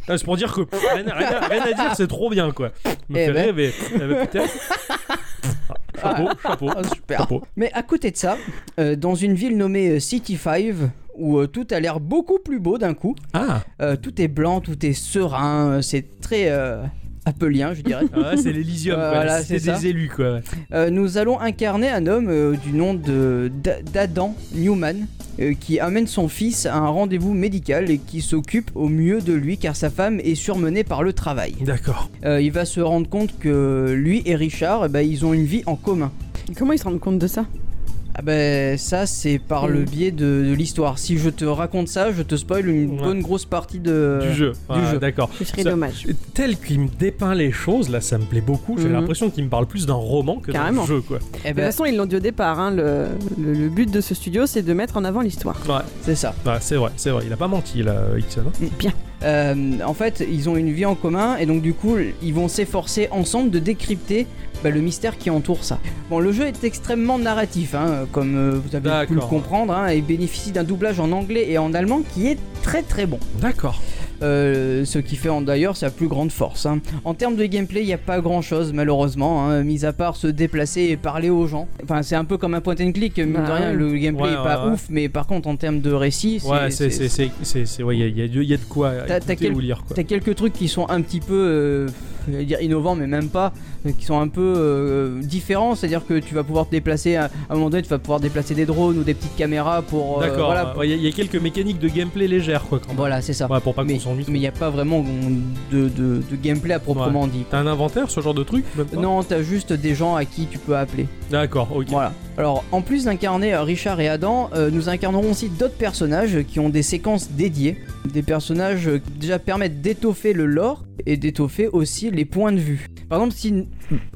S2: Ah, C'est pour dire que pff, rien, rien- rien à dire, c'est trop bien quoi. Je me
S3: Eh
S2: fait
S3: ben.
S2: rêver. Eh ben, putain. Ah, Chapeau, chapeau.
S3: Ah, super.
S2: chapeau.
S3: Mais à côté de ça, euh, dans une ville nommée euh, City 5, où euh, tout a l'air beaucoup plus beau d'un coup,
S2: Ah,
S3: euh, tout est blanc, tout est serein, euh, c'est très euh, appelien, je dirais.
S2: ah ouais, c'est l'Elysium, quoi,
S3: Voilà,
S2: la cité
S3: c'est ça.
S2: des élus quoi.
S3: Euh, nous allons incarner un homme euh, du nom de d'A- d'Adam Newman euh, qui amène son fils à un rendez-vous médical et qui s'occupe au mieux de lui car sa femme est surmenée par le travail.
S2: D'accord.
S3: Euh, il va se rendre compte que lui et Richard, eh ben, ils ont une vie en commun.
S1: Comment ils se rendent compte de ça
S3: Ah ben ça c'est par le
S2: Hmm.
S1: Mm.
S3: biais de, de l'histoire. Si je te raconte ça, je te spoil une
S2: Ouais.
S3: bonne grosse partie de...
S2: du jeu. Ouais,
S3: Euh, jeu.
S2: D'accord.
S1: Ce serait
S2: Ça-
S1: dommage.
S2: Tel qu'il me dépeint les choses, là, ça me plaît beaucoup. J'ai
S3: Mhm.
S2: l'impression qu'il me parle plus d'un roman que d'un
S1: Carrément.
S2: jeu, quoi.
S3: Eh
S1: De toute
S3: ben
S1: façon, ils l'ont dit au départ, hein, le, le- le but de ce studio, c'est de mettre en avant l'histoire.
S2: Ouais.
S3: c'est ça.
S2: Ouais, Bah, c'est vrai, c'est vrai, il a pas menti là, euh, Ixon. hein.
S3: Euh, en fait, ils ont une vie en commun et donc du coup, ils vont s'efforcer ensemble de décrypter bah, le mystère qui entoure ça. Bon, le jeu est extrêmement narratif, hein, comme euh, vous avez pu le
S2: D'accord.
S3: comprendre, hein, et bénéficie d'un doublage en anglais et en allemand qui est très très bon.
S2: D'accord.
S3: Euh, ce qui fait en- d'ailleurs sa plus grande force. hein. En termes de gameplay, il n'y a pas grand chose malheureusement, hein, mis à part se déplacer et parler aux gens. Enfin, c'est un peu comme un point and click, mine
S1: Bah
S3: de rien,
S1: ouais.
S3: le gameplay
S2: Ouais,
S3: est pas
S2: ouais, ouais.
S3: ouf, mais par contre, en termes de récit, c'est.
S2: Ouais, c'est, c'est,
S3: c'est-
S2: c'est, c'est, c'est- ouais, y a, y a de- y a de quoi
S3: T'as- t'as
S2: écouter
S3: quel-
S2: ou lire, quoi.
S3: T'as quelques trucs qui sont un petit peu, euh, j'allais dire innovants, mais même pas, euh, qui sont un peu euh, différents. C'est-à-dire que tu vas pouvoir te déplacer, à, à un moment donné, tu vas pouvoir déplacer des drones ou des petites caméras pour. euh,
S2: D'accord,
S3: voilà,
S2: il y, a- y a quelques mécaniques de gameplay légères, quoi, quand même.
S3: Voilà, c'est ça.
S2: Ouais, pour pas
S3: mais
S2: qu'on s'ennuie.
S3: il n'y a pas vraiment de, de- de gameplay à proprement dit.
S2: T'as un inventaire, ce genre de truc même pas
S3: Non, t'as juste des gens à qui tu peux appeler.
S2: D'accord, ok.
S3: Voilà. Alors, en plus d'incarner euh, Richard et Adam, euh, nous incarnerons aussi d'autres personnages qui ont des séquences dédiées. Des personnages euh, qui déjà permettent d'étoffer le lore et d'étoffer aussi les points de vue. Par exemple, si n-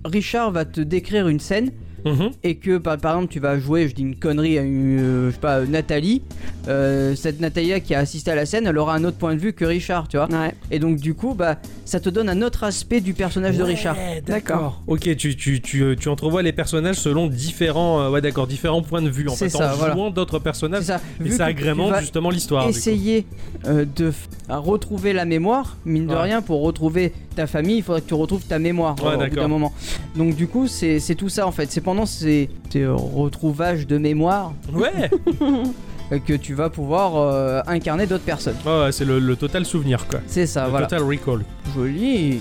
S3: Richard va te décrire une scène
S2: Mhm.
S3: et que par, par exemple tu vas jouer, je dis une connerie à une, euh, je sais pas, euh, Nathalie, euh, cette Nathalie qui a assisté à la scène, elle aura un autre point de vue que Richard, tu vois.
S1: Ouais.
S3: Et donc du coup, bah, ça te donne un autre aspect du personnage de
S2: Ouais,
S3: Richard.
S2: Eh, D'accord. Ok, tu, tu, tu, euh, tu entrevois les personnages selon différents, euh, ouais, d'accord, différents points de vue en
S3: C'est
S2: fait,
S3: ça,
S2: en
S3: voilà.
S2: jouant d'autres
S3: C'est
S2: personnages.
S3: ça.
S2: Et
S3: Vu
S2: ça
S3: que tu
S2: agrémente
S3: vas-
S2: justement l'histoire. du coup.
S3: essayer euh, de f- à retrouver la mémoire, mine de
S2: Ouais.
S3: rien, pour retrouver ta famille, il faudrait que tu retrouves ta mémoire
S2: Ouais,
S3: euh, au bout
S2: d'accord.
S3: d'un moment. Donc du coup, c'est c'est tout ça en fait. C'est pendant ces, ces euh, retrouvages de mémoire
S2: Ouais,
S3: euh, que tu vas pouvoir euh, incarner d'autres personnes.
S2: Ouais, ouais, c'est le, le total souvenir, quoi.
S3: C'est ça,
S2: le
S3: Ah, voilà.
S2: total recall. Si.
S3: Joli.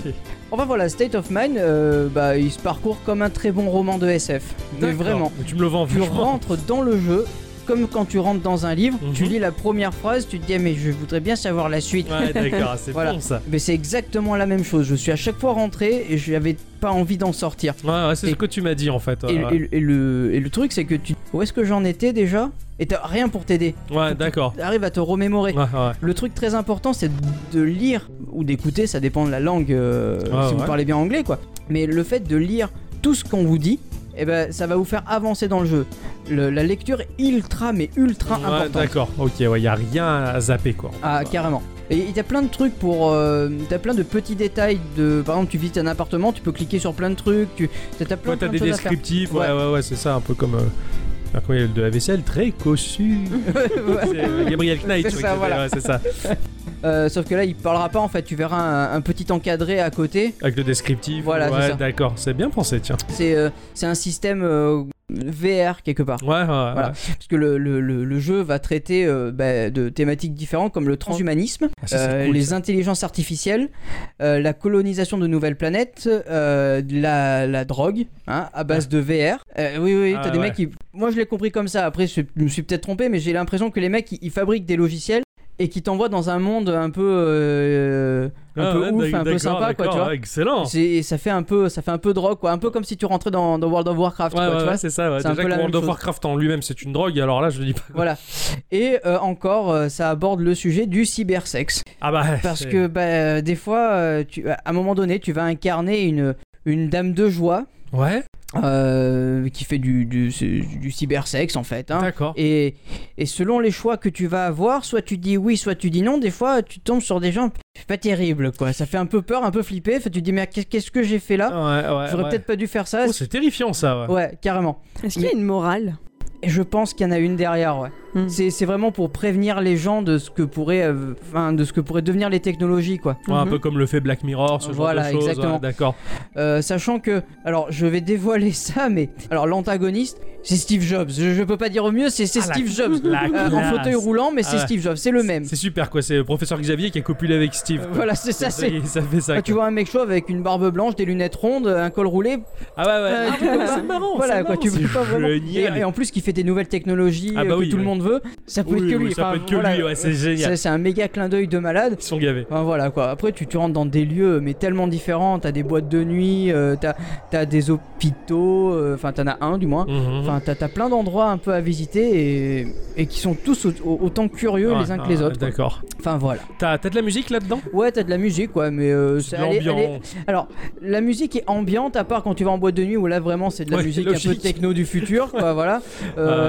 S3: Enfin voilà, State of Mind, euh, bah, il se parcourt comme un très bon roman de SF. Mais
S2: D'accord.
S3: vraiment,
S2: Tu me le vends
S3: tu
S2: vachement.
S3: rentres dans le jeu comme quand tu rentres dans un livre,
S2: Mhm.
S3: tu lis la première phrase, tu te dis Ah, mais je voudrais bien savoir la suite.
S2: Ouais, d'accord, c'est
S3: *laughs* Voilà.
S2: bon ça.
S3: Mais c'est exactement la même chose. Je suis à chaque fois rentré et je n'avais pas envie d'en sortir.
S2: Ouais, ouais, c'est
S3: Et-
S2: ce que tu m'as dit en fait.
S3: Et,
S2: ouais,
S3: et le- et le, et le truc, c'est que tu. Où est-ce que j'en étais déjà Et t'as rien pour t'aider.
S2: Ouais, d'accord.
S3: Arrive à te remémorer.
S2: Ouais, ouais.
S3: Le truc très important, c'est de lire ou d'écouter, ça dépend de la langue, euh,
S2: Ah,
S3: si vous
S2: ouais.
S3: parlez bien anglais, quoi. Mais le fait de lire tout ce qu'on vous dit, eh ben, ça va vous faire avancer dans le jeu. Le- la lecture est ultra, mais ultra
S2: Ouais,
S3: importante.
S2: d'accord. Ok, ouais, y a rien à zapper quoi.
S3: Ah, carrément. Et il y a plein de trucs pour. euh, t'as plein de petits détails. De, par exemple, tu visites un appartement, tu peux cliquer sur plein de trucs. Tu, t'as, t'as plein,
S2: Ouais, t'as
S3: plein de
S2: des
S3: choses à faire.
S2: descriptifs, ouais,
S3: Ouais.
S2: ouais, ouais, c'est ça, un peu comme. euh, comment il y a de la vaisselle très
S3: *laughs*
S2: cossu.
S3: Ouais.
S2: C'est, euh, Gabriel Knight,
S3: C'est
S2: je crois
S3: ça,
S2: qu'il
S3: voilà.
S2: s'appelle, ouais, c'est ça.
S3: Euh, sauf que là, il parlera pas en fait. Tu verras un, un petit encadré à côté.
S2: Avec le descriptif.
S3: Voilà, c'est
S2: ouais,
S3: ça.
S2: d'accord. C'est bien pensé, tiens.
S3: C'est, euh, c'est un système euh, VR quelque part.
S2: Ouais, ouais, ouais.
S3: Parce que le, le- le- le jeu va traiter euh, bah, de thématiques différentes comme le transhumanisme,
S2: Ah, ça, c'est
S3: euh,
S2: cool,
S3: les
S2: ça.
S3: intelligences artificielles, euh, la colonisation de nouvelles planètes, euh, de la, la drogue hein, à base de VR. Euh, oui, oui, t'as
S2: Ah,
S3: des
S2: ouais.
S3: mecs qui. Moi, je l'ai compris comme ça. Après, je je me suis peut-être trompé, mais j'ai l'impression que les mecs, ils, ils fabriquent des logiciels. Et qui t'envoient dans un monde un peu euh, un
S2: Ah,
S3: peu
S2: ouais,
S3: ouf,
S2: d'ac-
S3: un peu
S2: d'accord,
S3: sympa, quoi,
S2: d'accord,
S3: tu vois.
S2: ouais, Excellent.
S3: C'est- et ça fait un peu ça fait un peu drogue quoi, un peu comme si tu rentrais dans, dans World of
S2: Ouais,
S3: Warcraft, quoi, tu
S2: ouais,
S3: vois.
S2: ouais, c'est ça. Ouais.
S3: C'est un
S2: Déjà
S3: peu
S2: que
S3: la
S2: World
S3: même
S2: of
S3: chose.
S2: Warcraft en lui-même, c'est une drogue, alors là, je dis pas.
S3: Voilà. Et euh, encore, euh, ça aborde le sujet du cybersexe.
S2: Ah bah.
S3: Parce
S2: c'est-
S3: que bah, euh, des fois, euh, tu, à un moment donné, tu vas incarner une, une dame de joie
S2: Ouais,
S3: euh, qui fait du, du, du cybersexe en fait. hein.
S2: d'accord.
S3: Et, et selon les choix que tu vas avoir, soit tu dis oui, soit tu dis non, des fois tu tombes sur des gens c'est pas terribles quoi. Ça fait un peu peur, un peu flippé. Fait, tu te dis mais qu'est- qu'est-ce que j'ai fait là
S2: Ouais, Ah, ouais,
S3: J'aurais
S2: ouais.
S3: peut-être pas dû faire ça.
S2: Oh, c'est terrifiant ça, ouais.
S3: ouais, carrément.
S1: Est-ce qu'il y a une morale
S3: Et je pense qu'il y en a une derrière, ouais.
S1: Hmm.
S3: C'est c'est vraiment pour prévenir les gens de ce que pourrait, euh, enfin, de ce que pourraient devenir les technologies, quoi.
S2: Ouais, un
S1: Mhm.
S2: peu comme le fait Black Mirror, ce
S3: Voilà,
S2: genre de choses. ouais,
S3: exactement.
S2: d'accord.
S3: Euh, sachant que, alors, je vais dévoiler ça, mais alors l'antagoniste, c'est Steve Jobs. Je, je peux pas dire au mieux, c'est c'est
S2: Ah, la-
S3: Steve Jobs
S2: *laughs* la
S3: Euh, en
S2: classe.
S3: fauteuil roulant, mais
S2: Ah
S3: c'est
S2: ouais.
S3: Steve Jobs, c'est le même.
S2: C'est super quoi, c'est le professeur Xavier qui a copulé avec Steve.
S3: Euh, Voilà, c'est
S2: *laughs*
S3: ça, c'est.
S2: y est, ça fait ça.
S3: Ah, tu
S2: quoi.
S3: vois un mec chauve avec une barbe blanche, des lunettes rondes, un col roulé.
S2: Ah ouais, ouais.
S3: euh,
S2: Ah
S3: tu
S2: ouais,
S3: peux
S2: c'est
S3: pas-
S2: marrant.
S3: voilà
S2: c'est
S3: quoi,
S2: marrant,
S3: tu veux
S2: c'est
S3: pas vraiment. Et,
S2: Génial.
S3: et en plus, qui fait des nouvelles technologies
S2: Ah bah
S3: euh, que
S2: oui,
S3: tout
S2: ouais.
S3: le monde veut, ça peut
S2: Oui,
S3: être que
S2: oui,
S3: lui.
S2: ça
S3: Enfin,
S2: peut être que
S3: voilà.
S2: lui, ouais, c'est génial.
S3: Ça, C'est un méga clin d'œil de malade.
S2: Ils sont gavés.
S3: Enfin voilà quoi. Après tu, tu rentres dans des lieux euh, mais tellement différents. T'as des boîtes de nuit, euh, t'as as des hôpitaux, euh, enfin t'en as un du moins.
S2: Mhm.
S3: Enfin t'as as plein d'endroits un peu à visiter et, et qui sont tous au- au- autant curieux
S2: Ouais,
S3: les uns que
S2: ah,
S3: les autres. quoi.
S2: D'accord.
S3: Enfin voilà.
S2: T'as t'as de la musique là-dedans
S3: Ouais t'as de la musique ouais mais euh,
S2: C'est de
S3: ça- elle est- elle est-
S2: l'ambiance.
S3: Alors la musique est ambiante à part quand tu vas en boîte de nuit où là vraiment c'est de la
S2: Ouais,
S3: musique un peu
S2: logique.
S3: techno du futur quoi voilà. Euh,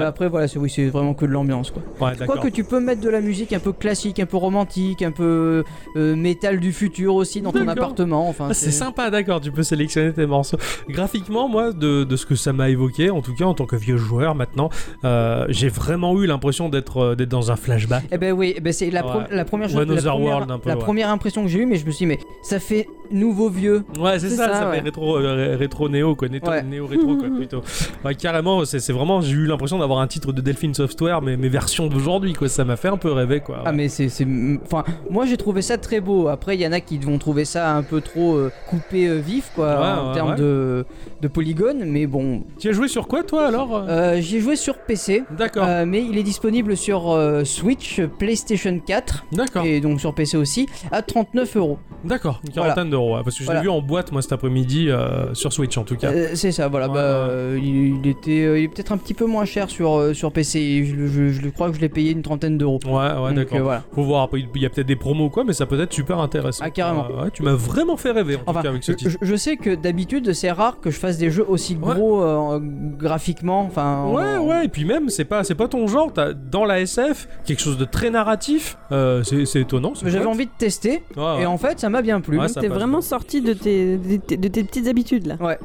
S2: *laughs* Ouais.
S3: Après voilà c'est oui c'est vraiment que de l'ambiance quoi.
S2: Ouais,
S3: Quoi
S2: d'accord.
S3: que tu peux mettre de la musique un peu classique, un peu romantique, un peu euh, métal du futur aussi dans ton
S2: D'accord.
S3: appartement. Enfin,
S2: Ah, c'est sympa, d'accord, tu peux sélectionner tes morceaux. Graphiquement, moi, de, de ce que ça m'a évoqué, en tout cas en tant que vieux joueur maintenant, euh, j'ai vraiment eu l'impression d'être euh, d'être dans un flashback.
S3: Eh ben oui, eh ben c'est la, pro-
S2: Ouais.
S3: la première
S2: Ou
S3: chose, la,
S2: Another
S3: première,
S2: World, un peu,
S3: la
S2: ouais.
S3: première impression que j'ai eue, mais je me suis dit, mais ça fait nouveau vieux.
S2: Ouais, c'est
S3: C'est
S2: ça, ça,
S3: ça,
S2: fait
S3: ouais.
S2: rétro, euh, ré- rétro néo, quoi, néto-
S3: Ouais.
S2: néo-rétro,
S3: *laughs*
S2: quoi, plutôt. Ouais, carrément, c'est c'est vraiment, j'ai eu l'impression d'avoir un titre de Delphine Software, mais mes versions d'aujourd'hui, quoi, ça m'a fait un peu rêver, quoi.
S3: Ah mais c'est, c'est- enfin, moi j'ai trouvé ça très beau. Après, il y en a qui vont trouver ça un peu trop euh, coupé euh, vif, quoi,
S2: Ouais,
S3: en
S2: ouais,
S3: termes
S2: ouais.
S3: de de polygones. Mais bon,
S2: Tu as joué sur quoi, toi, alors
S3: euh, j'y ai joué sur PC.
S2: D'accord,
S3: euh, mais il est disponible sur euh, Switch, PlayStation 4
S2: d'accord,
S3: et donc sur PC aussi à 39 euros.
S2: d'accord, une
S3: voilà.
S2: quarantaine d'euros, ouais, parce que je l'ai
S3: Voilà.
S2: vu en boîte, moi, cet après-midi, euh, sur Switch, en tout cas.
S3: Euh, c'est ça, voilà.
S2: Ouais,
S3: bah,
S2: ouais.
S3: euh, il, il était, euh, il est peut-être un petit peu moins cher sur euh, sur PC. Je, le- je- je le crois que je l'ai payé une trentaine d'euros.
S2: Ouais, ouais,
S3: Donc,
S2: d'accord.
S3: euh, voilà.
S2: Faut voir, après, il y a peut-être des promos ou quoi, mais ça peut être super intéressant.
S3: Ah, carrément.
S2: Euh, ouais, tu m'as vraiment fait rêver, en tout
S3: Enfin,
S2: cas, avec ce
S3: je,
S2: titre.
S3: je- je sais que d'habitude c'est rare que je fasse des jeux aussi
S2: Ouais.
S3: gros euh, graphiquement. Enfin.
S2: Ouais,
S3: en-
S2: ouais, et puis même, c'est pas, c'est pas ton genre, t'as dans la SF quelque chose de très narratif, euh, c'est c'est étonnant. c'est
S3: Mais J'avais
S2: chouette.
S3: envie de tester
S2: Ah Ouais, ouais.
S3: et en fait ça m'a bien plu.
S2: Ouais, ça
S1: T'es
S2: passe,
S1: vraiment
S2: ouais.
S1: sorti de tes, de, tes, de tes petites habitudes là.
S2: Ouais.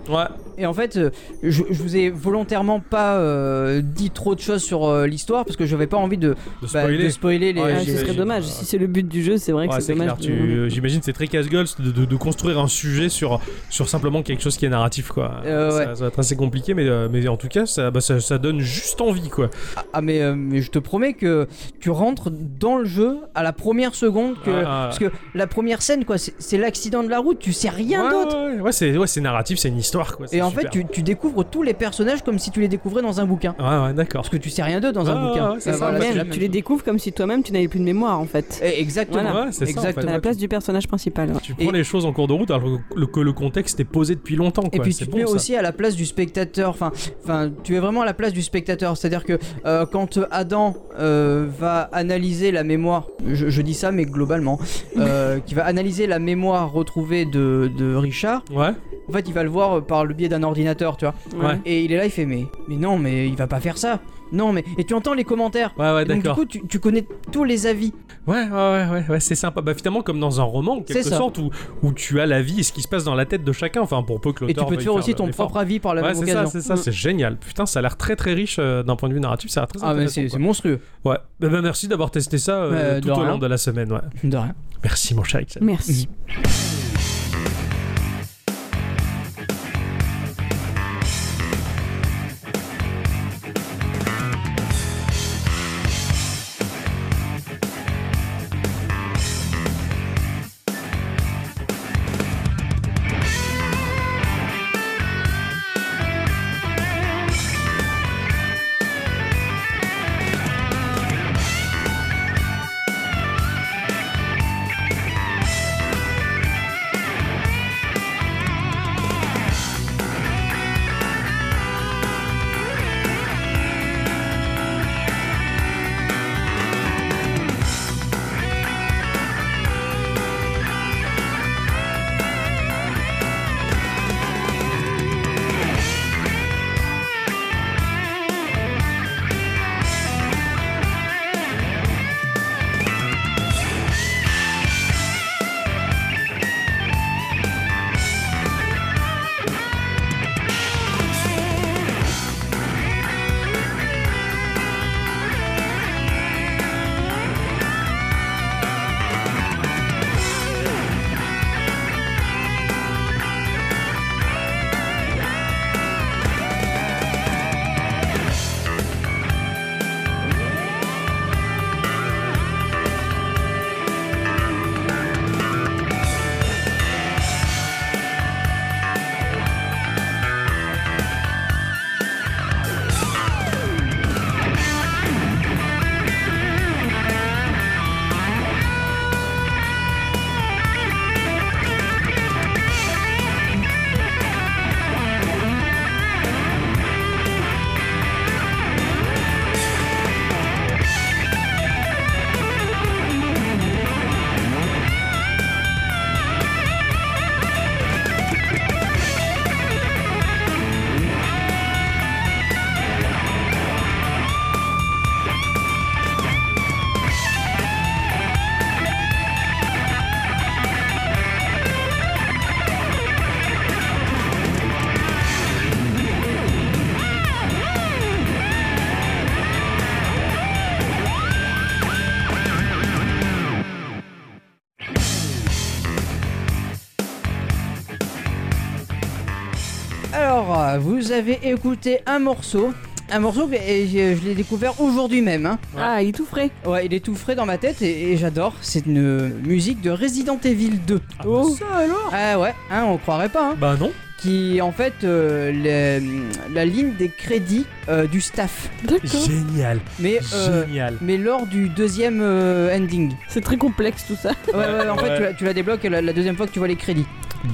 S3: Et en fait, euh, je, je vous ai volontairement pas euh, dit trop de choses sur euh, l'histoire parce que j'avais pas envie de,
S2: De
S3: bah,
S2: spoiler.
S3: de spoiler les.
S2: Ouais,
S1: Ah,
S2: j'ai-
S1: ce serait
S2: j'ai-
S1: dommage.
S2: ouais.
S1: Si c'est le but du jeu, c'est vrai
S2: Ouais,
S1: que c'est
S2: c'est
S1: dommage.
S2: clair, tu- euh, J'imagine que c'est très casse-gueule de, de- de construire un sujet sur, sur simplement quelque chose qui est narratif, quoi.
S3: Euh,
S2: ça,
S3: ouais.
S2: ça va être assez compliqué, mais, euh, mais en tout cas, ça, bah, ça, ça donne juste envie, quoi.
S3: Ah mais, euh, mais je te promets que tu rentres dans le jeu à la première seconde que
S2: Ah, ah,
S3: parce que la première scène quoi c'est c'est l'accident de la route tu sais rien
S2: ouais,
S3: d'autre
S2: ouais, ouais, ouais, c'est ouais, c'est narratif, c'est une histoire, quoi. c'est
S3: et en
S2: super.
S3: fait, tu, tu découvres tous les personnages comme si tu les découvrais dans un bouquin.
S2: Ouais, ouais, d'accord.
S3: Parce que tu sais rien d'eux dans
S2: Ah,
S3: un bouquin.
S2: ouais, c'est
S3: Euh,
S2: ça, ouais,
S3: voilà, c'est
S2: c'est
S3: la
S1: Même,
S3: même
S1: tu les découvres comme si toi-même tu n'avais plus de mémoire en fait.
S3: Eh, Exactement.
S1: Voilà.
S2: Ouais, c'est ça, en fait.
S3: Exactement.
S1: À la place du personnage principal. ouais.
S2: Tu prends
S3: Et-
S2: les choses en cours de route alors que le, que le contexte est posé depuis longtemps.
S3: Et
S2: quoi.
S3: puis
S2: C'est
S3: tu te
S2: bon,
S3: mets
S2: ça.
S3: aussi à la place du spectateur. Enfin, enfin, tu es vraiment à la place du spectateur. C'est-à-dire que euh, quand Adam euh, va analyser la mémoire, je, je dis ça, mais globalement, euh, qui va analyser la mémoire retrouvée de, de Richard,
S2: Ouais.
S3: en fait, il va le voir euh, par le biais d'un ordinateur, tu vois.
S2: Ouais.
S3: Et il est là, il fait mais, mais non, mais il va pas faire ça. Non, mais et tu entends les commentaires.
S2: Ouais, ouais,
S3: Et donc, du
S2: d'accord.
S3: coup, tu, tu connais tous les avis.
S2: Ouais, ouais, ouais, ouais, ouais, c'est sympa. Bah, finalement, comme dans un roman, en quelque
S3: C'est ça.
S2: sorte, où, où tu as la vie et ce qui se passe dans la tête de chacun. Enfin, pour peu que
S3: Et
S2: l'auteur
S3: tu peux te
S2: veuille
S3: faire aussi
S2: le-
S3: ton
S2: l'effort.
S3: propre avis par la Ah,
S2: Ouais,
S3: même
S2: c'est ça,
S3: occasion. Mm.
S2: c'est ça, c'est génial. Putain, ça a l'air très très riche euh, d'un point de vue narratif, ça a l'air très
S3: Ah, mais
S2: intéressant.
S3: c'est c'est
S2: quoi.
S3: monstrueux.
S2: Ouais. Bah, bah, merci d'avoir testé ça euh,
S3: Euh, de
S2: tout au
S3: rien.
S2: long de la semaine. Ouais.
S3: De rien.
S2: Merci mon cher Ixon.
S1: Merci.
S3: Alors, euh, vous avez écouté un morceau. Un morceau que et je, je l'ai découvert aujourd'hui même. hein.
S1: Ah, il est tout frais.
S3: Ouais, il est tout frais dans ma tête et, et j'adore. C'est une musique de Resident Evil 2.
S2: Ah,
S3: oh
S2: bah,
S3: Ah ouais, hein, on croirait pas. hein.
S2: Bah non.
S3: Qui en fait euh, le- la ligne des crédits euh, du staff.
S1: D'accord.
S2: Génial.
S3: Mais euh,
S2: Génial.
S3: mais lors du deuxième euh, ending.
S1: C'est très complexe tout ça.
S3: Ouais, ouais, ouais, en fait,
S2: Ouais.
S3: tu la, tu la débloques la, la deuxième fois que tu vois les crédits.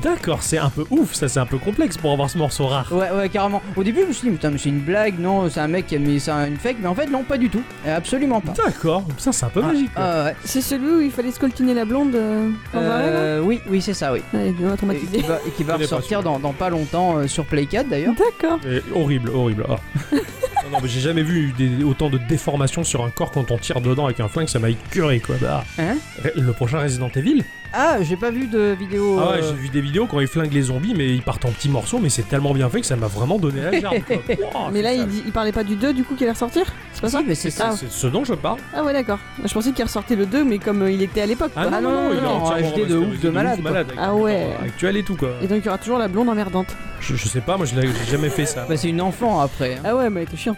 S2: D'accord, c'est un peu ouf, ça c'est un peu complexe pour avoir ce morceau rare.
S3: Ouais, ouais, carrément. Au début, je me suis dit, putain, mais c'est une blague, non, c'est un mec qui a mis ça, une fake, mais en fait, non, pas du tout. Absolument pas.
S2: D'accord, ça c'est un peu magique. quoi.
S3: Ah, ouais.
S1: C'est celui où il fallait scoltiner la blonde euh, en vrai, là
S3: Euh, oui, oui, c'est ça, oui.
S1: Ouais, il m'a
S3: Et qui
S1: traumatisé.
S3: va, et qui
S2: Je
S3: va
S2: connais pas
S3: ressortir
S2: celui-là.
S3: dans, dans pas longtemps euh, sur Play 4 d'ailleurs.
S1: D'accord.
S2: Et horrible, horrible. Ah. non, non, mais j'ai jamais vu des- autant de déformations sur un corps quand on tire dedans avec un flingue, ça m'a écœuré quoi. Bah,
S3: Hein
S2: Ré- le prochain Resident Evil
S3: Ah, j'ai pas vu de vidéo.
S2: Ah ouais,
S3: euh,
S2: j'ai vu des vidéos quand ils flinguent les zombies, mais ils partent en petits morceaux, mais c'est tellement bien fait que ça m'a vraiment donné la gerbe.
S3: *laughs*
S2: quoi. Ouah,
S1: Mais là,
S2: Oh, c'est ça.
S1: il, dit- il parlait pas du 2 du coup qui allait ressortir C'est pas
S3: si,
S1: ça
S3: Ah mais c'est
S2: C'est
S3: ça.
S2: ça, c'est ce dont je parle.
S1: Ah ouais, d'accord. Je pensais qu'il ressortait le 2, mais comme euh, il était à l'époque.
S2: Ah
S1: quoi.
S2: non, non,
S3: Bah non,
S2: non, il
S3: non,
S2: est
S3: en
S2: entièrement
S3: HD de ouf,
S2: remasterisé
S3: de malade, quoi.
S2: avec
S1: Ah
S2: le temps
S1: ouais.
S2: Oh, Actuel et tout quoi.
S1: Et donc il y aura toujours la blonde emmerdante.
S2: Je, je sais pas, moi je l'ai j'ai jamais fait ça.
S3: Bah, c'est une enfant après. hein.
S1: *laughs* Ah ouais, mais elle était chiante.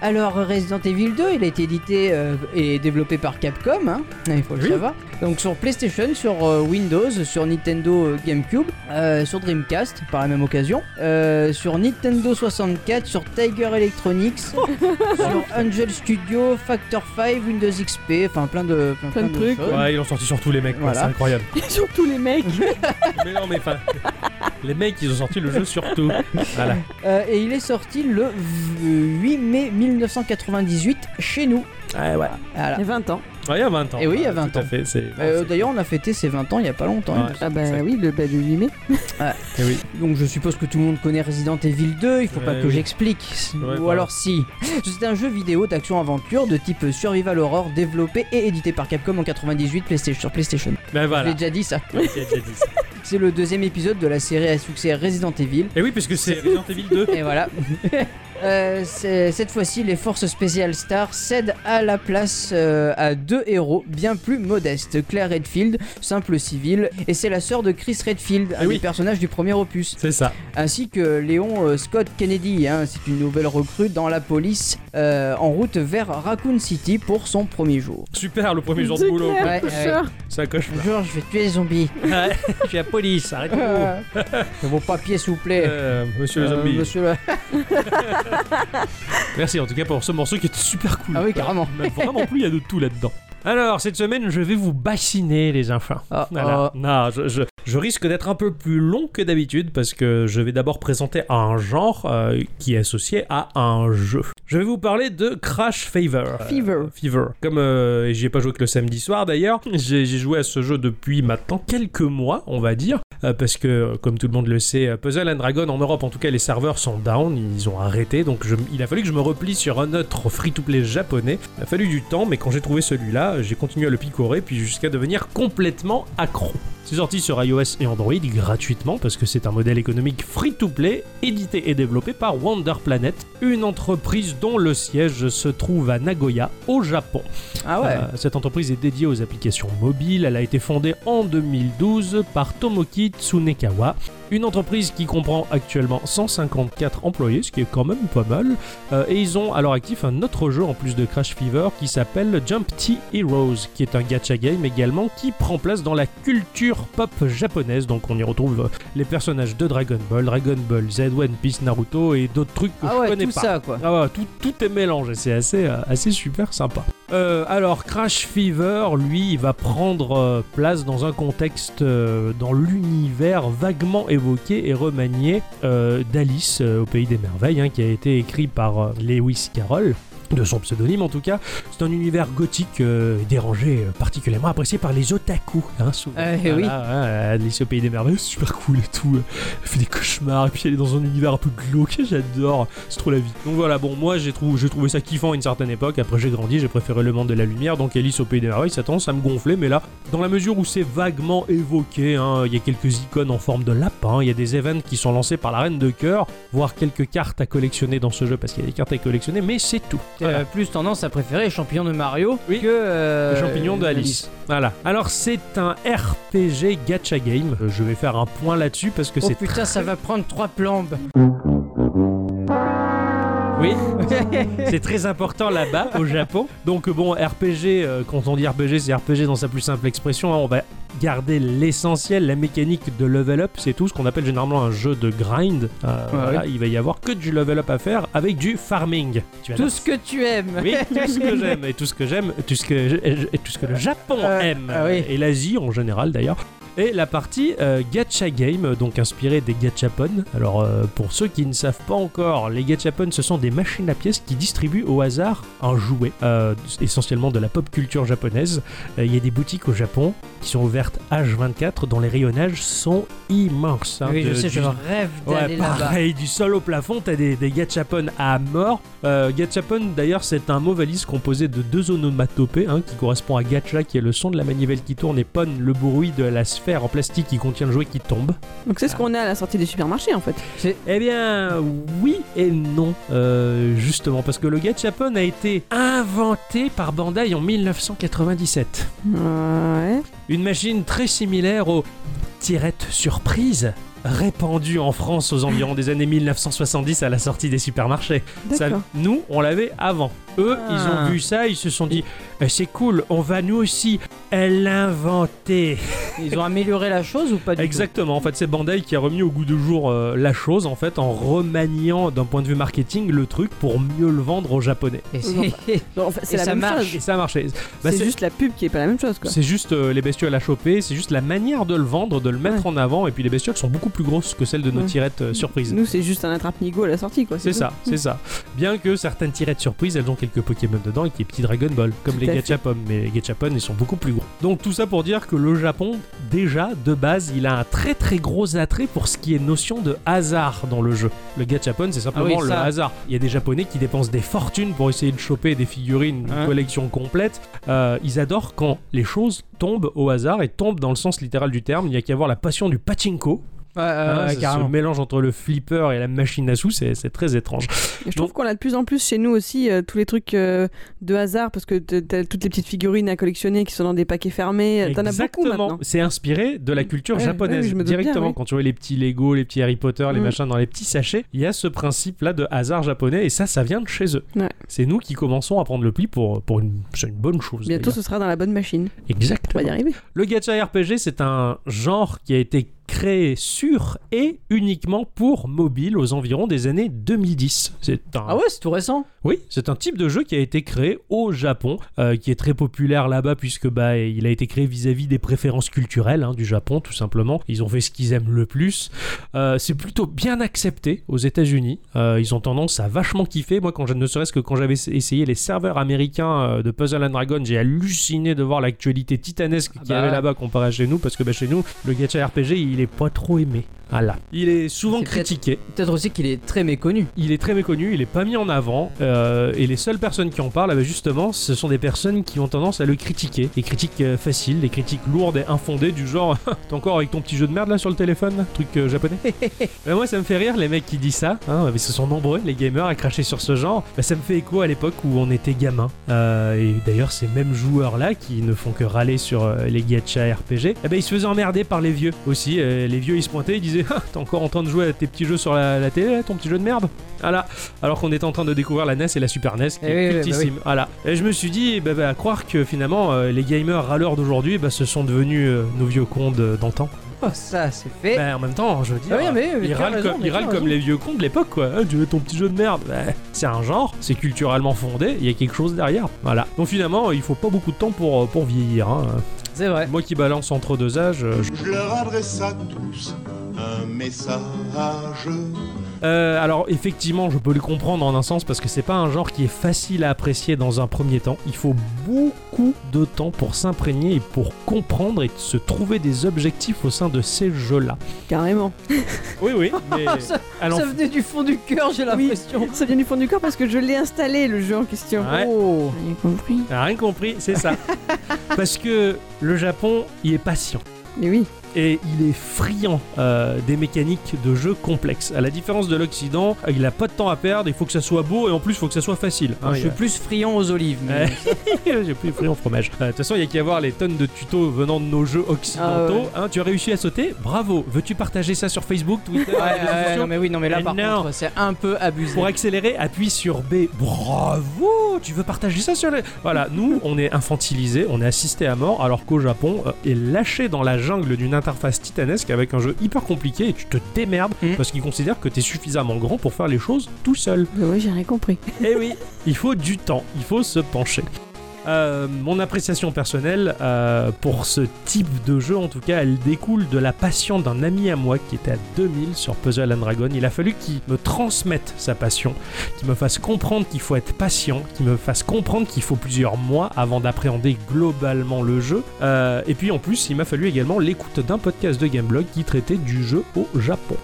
S3: Alors Resident Evil 2, il a été édité euh, et développé par Capcom, hein, il faut le
S2: Oui.
S3: savoir. Donc sur PlayStation, sur euh, Windows, sur Nintendo euh, GameCube, euh, sur Dreamcast par la même occasion, euh, sur Nintendo 64, sur Tiger
S2: *laughs*
S3: Electronics, sur Angel Studio, Factor 5, Windows XP, enfin plein de plein,
S1: Plein de trucs,
S3: choses.
S2: Ouais, ils l'ont sorti sur tous les mecs, quoi,
S3: Voilà.
S2: c'est
S3: *laughs*
S2: incroyable.
S1: Surtout les mecs.
S2: mais non, mais enfin, les mecs, ils ont sorti le jeu sur
S3: *laughs*
S2: tout. Voilà.
S3: Euh, et il est sorti le v- 8 mai 1998 chez nous.
S2: Ouais, Ah ouais.
S3: Voilà.
S1: Il y a 20 ans.
S2: il y a 20 ans.
S3: Eh oui, il y a
S2: Ouais,
S3: 20
S2: tout à
S3: ans.
S2: fait, c'est.
S3: Euh,
S2: c'est-
S3: D'ailleurs, on a fêté ses 20 ans il y a pas longtemps. hein.
S2: Ouais.
S3: il me
S1: Ah bah
S2: Exact.
S1: oui, le, bah, le 8 mai.
S2: Eh oui.
S3: Donc je suppose que tout le monde connaît Resident Evil 2, il faut pas
S2: Ouais,
S3: que
S2: oui.
S3: j'explique.
S2: Ouais,
S3: Ou
S2: bah.
S3: alors si. C'est un jeu vidéo d'action-aventure de type survival horror développé et édité par Capcom en 98 PlayStation- sur PlayStation.
S2: Ben
S3: Je
S2: voilà.
S3: l'ai déjà dit ça.
S2: Ouais, j'ai déjà dit ça.
S3: C'est le deuxième épisode de la série à succès Resident Evil.
S2: Eh oui, puisque c'est Resident Evil
S3: *laughs*
S2: 2. *laughs*
S3: Et voilà. Euh, c'est- cette fois-ci, les forces spéciales Star cèdent à la place euh, à deux héros bien plus modestes. Claire Redfield, simple civile, et c'est la sœur de Chris Redfield, un
S2: Eh oui.
S3: des personnages du premier opus.
S2: C'est ça.
S3: ainsi que Léon euh, Scott Kennedy. hein, c'est une nouvelle recrue dans la police euh, en route vers Raccoon City pour son premier jour.
S2: Super, le premier jour de
S1: C'est
S2: boulot.
S1: clair,
S3: Ouais,
S1: c'est
S3: ouais.
S1: sûr.
S2: Ça
S3: *laughs*
S2: coche.
S3: Bonjour, je vais tuer les zombies.
S2: Ouais, Je suis la police, arrêtez-vous.
S3: Euh, vos papiers, s'il vous plaît.
S2: Euh, monsieur le
S3: Euh,
S2: zombie.
S3: monsieur le-
S2: Merci en tout cas pour ce morceau qui est super cool.
S3: Ah oui, carrément.
S2: Mais vraiment plus, il y a de tout là-dedans. Alors, cette semaine, je vais vous bassiner, les enfants.
S3: Ah,
S2: Voilà. Non, je, je- je risque d'être un peu plus long que d'habitude parce que je vais d'abord présenter un genre euh, qui est associé à un jeu. Je vais vous parler de Crash Fever.
S1: Fever.
S2: Fever. Comme euh, j'y ai pas joué que le samedi soir d'ailleurs, j'ai j'ai joué à ce jeu depuis maintenant quelques mois, on va dire, euh, parce que euh, comme tout le monde le sait, euh, Puzzle and Dragon en Europe en tout cas les serveurs sont down, ils ont arrêté, donc je- il a fallu que je me replie sur un autre free-to-play japonais. Il a fallu du temps, mais quand j'ai trouvé celui-là, euh, j'ai continué à le picorer, puis jusqu'à devenir complètement accro. C'est sorti sur iOS et Android gratuitement parce que c'est un modèle économique free-to-play édité et développé par Wonder Planet, une entreprise dont le siège se trouve à Nagoya, au Japon.
S3: Ah ouais.
S2: Euh, cette entreprise est dédiée aux applications mobiles. Elle a été fondée en 2012 par Tomoki Tsunekawa, une entreprise qui comprend actuellement 154 employés, ce qui est quand même pas mal. Euh, et ils ont à leur actif un autre jeu en plus de Crash Fever qui s'appelle Jump T Heroes, qui est un gacha game également qui prend place dans la culture pop japonaise. Donc on y retrouve euh, les personnages de Dragon Ball, Dragon Ball Z, One Piece, Naruto et d'autres trucs que
S3: Ah
S2: je
S3: ouais,
S2: connais
S3: tout
S2: pas.
S3: ça quoi.
S2: Ah ouais, tout, tout est mélangé, c'est assez, euh, assez super sympa. Euh, alors, Crash Fever, lui, il va prendre euh, place dans un contexte, euh, dans l'univers vaguement évoqué et remanié euh, d'Alice euh, au Pays des Merveilles, hein, qui a été écrit par euh, Lewis Carroll. De son pseudonyme en tout cas, c'est un univers gothique euh, dérangé, euh, particulièrement apprécié par les otaku. Hein, souvent.
S3: Euh, eh oui.
S2: hein, Alice au Pays des Merveilles, c'est super cool et tout. euh, Elle fait des cauchemars et puis elle est dans un univers un peu glauque, j'adore c'est trop la vie. Donc voilà, bon, moi j'ai trouvé, j'ai trouvé ça kiffant à une certaine époque, après j'ai grandi, j'ai préféré le monde de la lumière, donc Alice au Pays des Merveilles, ça tendance à me gonfler, mais là, dans la mesure où c'est vaguement évoqué, hein, il y a quelques icônes en forme de lapin, il y a des events qui sont lancés par la Reine de Cœur, voire quelques cartes à collectionner dans ce jeu, parce qu'il y a des cartes à collectionner, mais c'est tout. Voilà.
S3: Euh, plus tendance à préférer les champignons de Mario
S2: Oui.
S3: que euh,
S2: Les champignons de Alice. Voilà. Alors c'est un RPG gacha game. Euh, Je vais faire un point là-dessus parce que
S3: Oh
S2: c'est
S3: putain, ça va prendre trois plombes.
S2: Oui, *laughs* c'est très important là-bas, au Japon. Donc bon, RPG, euh, quand on dit RPG, c'est RPG dans sa plus simple expression. hein. on va garder l'essentiel, la mécanique de level up, c'est tout ce qu'on appelle généralement un jeu de grind. Euh, voilà, Il va y avoir que du level up à faire avec du farming. Tu vas
S3: Tout ce que tu aimes.
S2: oui, tout ce que j'aime et tout ce que j'aime, tout ce que je- et tout ce que le Japon
S3: Euh,
S2: aime
S3: ah oui.
S2: et l'Asie en général d'ailleurs. Et la partie euh, gacha game, donc inspirée des gachapon. Alors euh, pour ceux qui ne savent pas encore, les gachapon ce sont des machines à pièces qui distribuent au hasard un jouet, euh, essentiellement de la pop culture japonaise. Euh, Il y a des boutiques au Japon qui sont ouvertes H24 dont les rayonnages sont immenses. hein,
S3: Oui, je
S2: de-
S3: sais, je
S2: du-
S3: rêve
S2: Ouais,
S3: d'aller là-bas.
S2: pareil, du sol au plafond, t'as des, des gachapon à mort. Euh, gachapon, d'ailleurs, c'est un mot valise composé de deux onomatopées, hein, qui correspond à gacha, qui est le son de la manivelle qui tourne, et pon, le bruit de la sphère en plastique qui contient le jouet qui tombe.
S1: Donc c'est ce qu'on a à la sortie des supermarchés en fait.
S2: Eh bien, oui et non, euh, justement, parce que le gachapon a été inventé par Bandai en 1997.
S1: Ouais.
S2: Une machine très similaire au tirette surprise répandu en France aux environs des années 1970 à la sortie des supermarchés. Ça,
S1: D'accord.
S2: nous, on l'avait avant. Eux, ils
S3: Ah.
S2: ont vu ça, ils se sont dit Eh, c'est cool, on va nous aussi l'inventer.
S3: Ils ont amélioré la chose ou pas du
S2: Exactement. En fait, c'est Bandai qui a remis au goût du jour euh, la chose en fait en remaniant d'un point de vue marketing le truc pour mieux le vendre aux japonais.
S3: tout Et c'est- *laughs*
S1: Non, en fait, c'est
S3: Et
S1: la
S3: ça
S1: même
S3: marche.
S1: chose.
S2: Et ça a marché. Bah,
S1: c'est juste la pub qui est pas la même chose quoi.
S2: c'est juste euh, les bestioles à choper, c'est juste la manière de le vendre, de le mettre en avant, et puis les bestioles sont beaucoup plus grosses que celles de nos
S1: Ouais.
S2: tirettes euh, surprises.
S1: Nous c'est juste un attrape-nigo à la sortie quoi.
S2: C'est
S1: tout.
S2: ça, c'est ça. Bien que certaines tirettes surprises, elles ont quelques Pokémon dedans et qui est petits Dragon Ball, comme
S1: Tout à fait.
S2: les Gachapon, mais les Gachapon, ils sont beaucoup plus gros. Donc tout ça pour dire que le Japon, déjà, de base, il a un très très gros attrait pour ce qui est notion de hasard dans le jeu. Le Gachapon, c'est simplement
S3: Ah oui,
S2: le
S3: ça.
S2: hasard. Il y a des Japonais qui dépensent des fortunes pour essayer de choper des figurines, une
S3: Hein.
S2: collection complète. Euh, ils adorent quand les choses tombent au hasard et tombent dans le sens littéral du terme. Il n'y a qu'à voir la passion du pachinko.
S3: Ouais, ouais,
S2: Hein,
S3: Ah, ouais,
S2: ce- ce
S3: carrément.
S2: mélange entre le flipper et la machine à sous, c'est c'est très étrange.
S1: Et je trouve
S2: Donc-
S1: qu'on a de plus en plus chez nous aussi euh, tous les trucs euh, de hasard parce que t- t'as toutes les petites figurines à collectionner qui sont dans des paquets fermés. Euh, T'en as beaucoup
S2: Exactement.
S1: maintenant.
S2: C'est inspiré de la culture
S1: Ouais,
S2: japonaise
S1: ouais, je me doute bien,
S2: directement.
S1: oui.
S2: Quand tu vois les petits Lego, les petits Harry Potter, les
S1: Mm.
S2: machins dans les petits sachets, il y a ce principe-là de hasard japonais et ça, ça vient de chez eux.
S1: Ouais.
S2: C'est nous qui commençons à prendre le pli pour, pour une, c'est une bonne chose.
S1: Bientôt ce sera dans la bonne machine.
S2: d'ailleurs. exact.
S1: On va y arriver.
S2: Le gacha RPG, c'est un genre qui a été créé sur et uniquement pour mobile aux environs des années 2010. C'est un
S3: Ah ouais, c'est tout récent.
S2: oui, c'est un type de jeu qui a été créé au Japon, euh, qui est très populaire là-bas puisque bah il a été créé vis-à-vis des préférences culturelles hein, du Japon tout simplement. Ils ont fait ce qu'ils aiment le plus. Euh, c'est plutôt bien accepté aux États-Unis. Euh, ils ont tendance à vachement kiffer. Moi, quand je ne serait-ce que quand j'avais essayé les serveurs américains euh, de Puzzle and Dragon, j'ai halluciné de voir l'actualité titanesque qu'il y
S3: bah
S2: avait
S3: ouais.
S2: là-bas comparé à chez nous parce que bah, chez nous le gacha RPG il est pas trop aimé. Voilà. Il est souvent
S3: C'est peut-être-
S2: critiqué.
S3: Peut-être aussi qu'il est très méconnu.
S2: Il est très méconnu, il est pas mis en avant, euh, et les seules personnes qui en parlent, ah bah justement, ce sont des personnes qui ont tendance à le critiquer. Des critiques euh, faciles, des critiques lourdes et infondées, du genre *laughs* T'es encore avec ton petit jeu de merde là sur le téléphone, là, truc euh, japonais Bah, Moi, ça me fait rire les mecs qui disent ça, hein, mais ce sont nombreux les gamers à cracher sur ce genre. Bah, ça me fait écho à l'époque où on était gamin. Euh, et d'ailleurs, ces mêmes joueurs là qui ne font que râler sur euh, les gacha RPG, eh ben, ils se faisaient emmerder par les vieux aussi. Euh, les vieux ils se pointaient, ils disaient Ah, T'es encore en train de jouer à tes petits jeux sur la, la télé, là, ton petit jeu de merde Voilà. Alors qu'on était en train de découvrir la NES et la Super NES qui
S3: Eh
S2: est
S3: oui, oui, bah
S2: cultissime. Voilà. Et je me suis dit, bah, bah, à croire que finalement euh, les gamers râleurs d'aujourd'hui bah, se sont devenus euh, nos vieux cons de- d'antan.
S3: Oh, ça, c'est fait.
S2: Bah, en même temps, je veux dire.
S3: Ah oui, mais-
S2: Ils
S3: mais tu as
S2: râlent,
S3: raison,
S2: comme,
S3: mais
S2: ils
S3: tu as
S2: râlent
S3: raison.
S2: comme les vieux cons de l'époque, quoi. Ah, tu veux ton petit jeu de merde. Bah, c'est un genre, c'est culturellement fondé, il y a quelque chose derrière. Voilà. Donc finalement, il faut pas beaucoup de temps pour, pour vieillir. hein.
S3: C'est vrai.
S2: Moi qui balance entre deux âges. euh, je-
S5: Je leur adresse à tous un message.
S2: Euh, alors effectivement, je peux le comprendre en un sens parce que c'est pas un genre qui est facile à apprécier dans un premier temps. Il faut beaucoup de temps pour s'imprégner et pour comprendre et se trouver des objectifs au sein de ces jeux-là.
S1: Carrément.
S2: Oui, *laughs* oui. Mais
S3: ça,
S2: à l'enf-
S3: ça venait du fond du cœur, j'ai l'impression.
S1: Ça vient du fond du corps parce que je l'ai installé le jeu en question.
S2: Ouais.
S3: Oh.
S1: J'ai compris.
S2: T'as rien compris, c'est *laughs* ça. Parce que le Japon, il est patient.
S1: Mais oui.
S2: Et il est friand euh, des mécaniques de jeu complexes. À la différence de l'Occident, euh, il a pas de temps à perdre, il faut que ça soit beau et en plus il faut que ça soit facile. hein,
S3: Ah, je
S2: il y
S3: suis
S2: a-
S3: plus friand aux olives. mais-
S2: Ouais. *laughs* J'ai plus friand fromage. Euh, De toute façon, il y a qu'à voir les tonnes de tutos venant de nos jeux
S3: Ah
S2: occidentaux. hein. tu as réussi à sauter, bravo. Veux-tu partager ça sur Facebook, Twitter
S3: Ouais,
S2: *laughs* réseaux
S3: ouais,
S2: sociaux
S3: non, mais oui, non, mais là,
S2: Mais
S3: par
S2: non.
S3: contre, c'est un peu abusé.
S2: Pour accélérer, appuie sur B. Bravo Tu veux partager ça sur les... Voilà, nous, on est infantilisés, on est assisté à mort, alors qu'au Japon, euh, est lâché dans la jungle d'une interface titanesque avec un jeu hyper compliqué et tu te démerdes
S3: Mm.
S2: parce qu'ils considèrent que t'es suffisamment grand pour faire les choses tout seul.
S1: Bah ouais, j'ai rien compris.
S2: Eh oui, il faut du temps, il faut se pencher. Euh, mon appréciation personnelle euh, pour ce type de jeu, en tout cas, elle découle de la passion d'un ami à moi qui était à 2000 sur Puzzle and Dragon. Il a fallu qu'il me transmette sa passion, qu'il me fasse comprendre qu'il faut être patient, qu'il me fasse comprendre qu'il faut plusieurs mois avant d'appréhender globalement le jeu. Euh, et puis en plus, il m'a fallu également l'écoute d'un podcast de Gameblog qui traitait du jeu au Japon.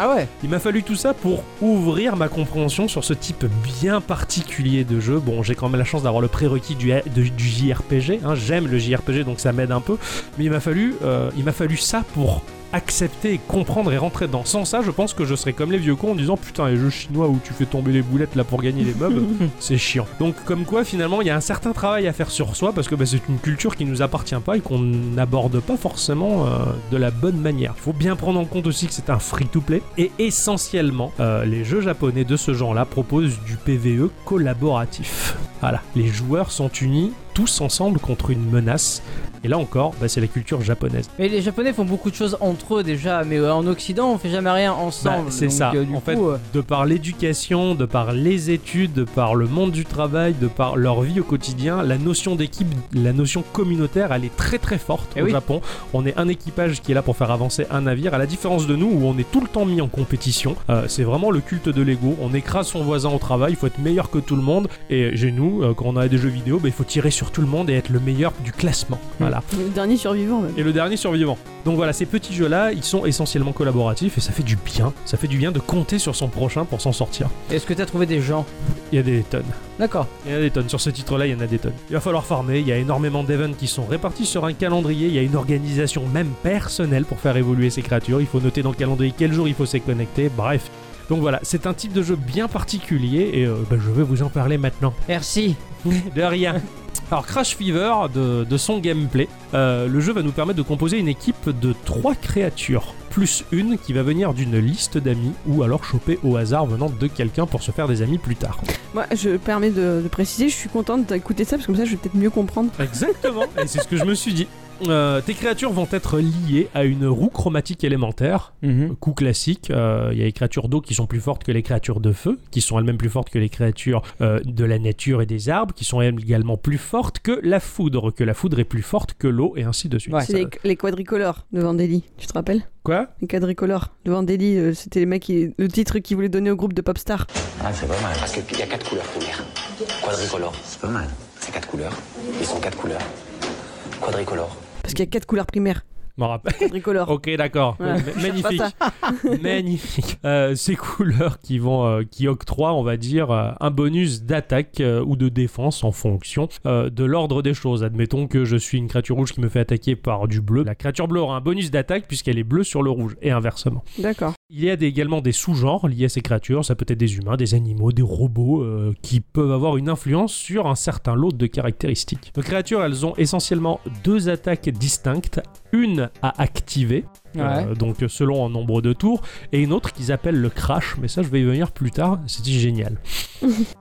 S3: Ah ouais
S2: Il m'a fallu tout ça pour ouvrir ma compréhension sur ce type bien particulier de jeu. Bon, j'ai quand même la chance d'avoir le prérequis du, de- du JRPG. hein. J'aime le JRPG, donc ça m'aide un peu. Mais il m'a fallu, euh, il m'a fallu ça pour accepter et comprendre et rentrer dedans. Sans ça, je pense que je serais comme les vieux cons en disant putain, les jeux chinois où tu fais tomber les boulettes là pour gagner les mobs, c'est chiant. Donc, comme quoi, finalement, il y a un certain travail à faire sur soi parce que bah, c'est une culture qui nous appartient pas et qu'on n'aborde pas forcément euh, de la bonne manière. Il faut bien prendre en compte aussi que c'est un free-to-play et essentiellement, euh, les jeux japonais de ce genre-là proposent du PVE collaboratif. Voilà, les joueurs sont unis tous ensemble contre une menace. Et là encore, bah, c'est la culture japonaise.
S3: Mais les Japonais font beaucoup de choses entre eux déjà, mais euh, en Occident on fait jamais rien ensemble.
S2: Bah, c'est
S3: donc,
S2: ça.
S3: euh, du
S2: en
S3: coup,
S2: fait,
S3: euh,
S2: de par l'éducation, de par les études, de par le monde du travail, de par leur vie au quotidien, la notion d'équipe, la notion communautaire, elle est très très forte
S3: Eh
S2: au
S3: oui.
S2: Japon. On est un équipage qui est là pour faire avancer un navire, à la différence de nous où on est tout le temps mis en compétition. Euh, c'est vraiment le culte de l'ego. On écrase son voisin au travail, il faut être meilleur que tout le monde. Et chez nous, euh, quand on a des jeux vidéo, bah, il faut tirer sur tout le monde et être le meilleur du classement.
S3: Hmm.
S2: Voilà
S1: *laughs* Le dernier survivant, même.
S2: et le dernier survivant. Donc voilà, ces petits jeux-là, ils sont essentiellement collaboratifs et ça fait du bien. Ça fait du bien de compter sur son prochain pour s'en sortir.
S3: est-ce que t'as trouvé des gens
S2: Il y a des tonnes.
S3: D'accord.
S2: Il y en a des tonnes. Sur ce titre-là, il y en a des tonnes. Il va falloir farmer. Il y a énormément d'events qui sont répartis sur un calendrier. Il y a une organisation même personnelle pour faire évoluer ces créatures. Il faut noter dans le calendrier quel jour il faut s'y connecter. Bref. Donc voilà, c'est un type de jeu bien particulier et euh, bah, je vais vous en parler maintenant.
S3: Merci.
S2: *laughs* De rien. Alors Crash Fever, de, de son gameplay, euh, le jeu va nous permettre de composer une équipe de trois créatures, plus une qui va venir d'une liste d'amis, ou alors choper au hasard venant de quelqu'un pour se faire des amis plus tard.
S1: Moi, je permets de, de préciser, je suis contente d'écouter ça parce que comme ça, je vais peut-être mieux comprendre.
S2: Exactement, et c'est ce que je me suis dit. Euh, tes créatures vont être liées à une roue chromatique élémentaire, coup classique, euh, il y a les créatures d'eau qui sont plus fortes que les créatures de feu, qui sont elles-mêmes plus fortes que les créatures euh, de la nature et des arbres, qui sont elles également plus fortes que la foudre, que la foudre est plus forte que l'eau, et ainsi de suite.
S3: Ouais,
S1: c'est
S2: Ça-
S1: les, les quadricolores de Vandelli, tu te rappelles
S2: Quoi
S1: Les quadricolores de Vandelli, euh, c'était les mecs qui, le titre qu'ils voulaient donner au groupe de Popstar.
S6: Ah, c'est pas mal. Parce qu'il y a quatre couleurs primaires. Quadricolore. C'est pas mal. C'est quatre couleurs. Ils sont quatre couleurs. Quadricolore.
S1: Parce qu'il y a quatre couleurs primaires.
S2: Je m'en rappelle. *laughs*
S1: Quadricolore.
S2: Ok, d'accord.
S1: Voilà.
S2: M- Magnifique.
S1: Cherche
S2: Magnifique. Euh, ces couleurs qui vont, euh, qui octroient, on va dire, euh, un bonus d'attaque euh, ou de défense en fonction euh, de l'ordre des choses. Admettons que je suis une créature rouge qui me fait attaquer par du bleu. La créature bleue aura un bonus d'attaque puisqu'elle est bleue sur le rouge et inversement.
S1: D'accord.
S2: Il y a des- également des sous-genres liés à ces créatures, ça peut être des humains, des animaux, des robots, euh, qui peuvent avoir une influence sur un certain lot de caractéristiques. Nos créatures, elles ont essentiellement deux attaques distinctes, une à activer, euh, donc selon un nombre de tours, et une autre qu'ils appellent le crash, mais ça je vais y venir plus tard, c'est génial.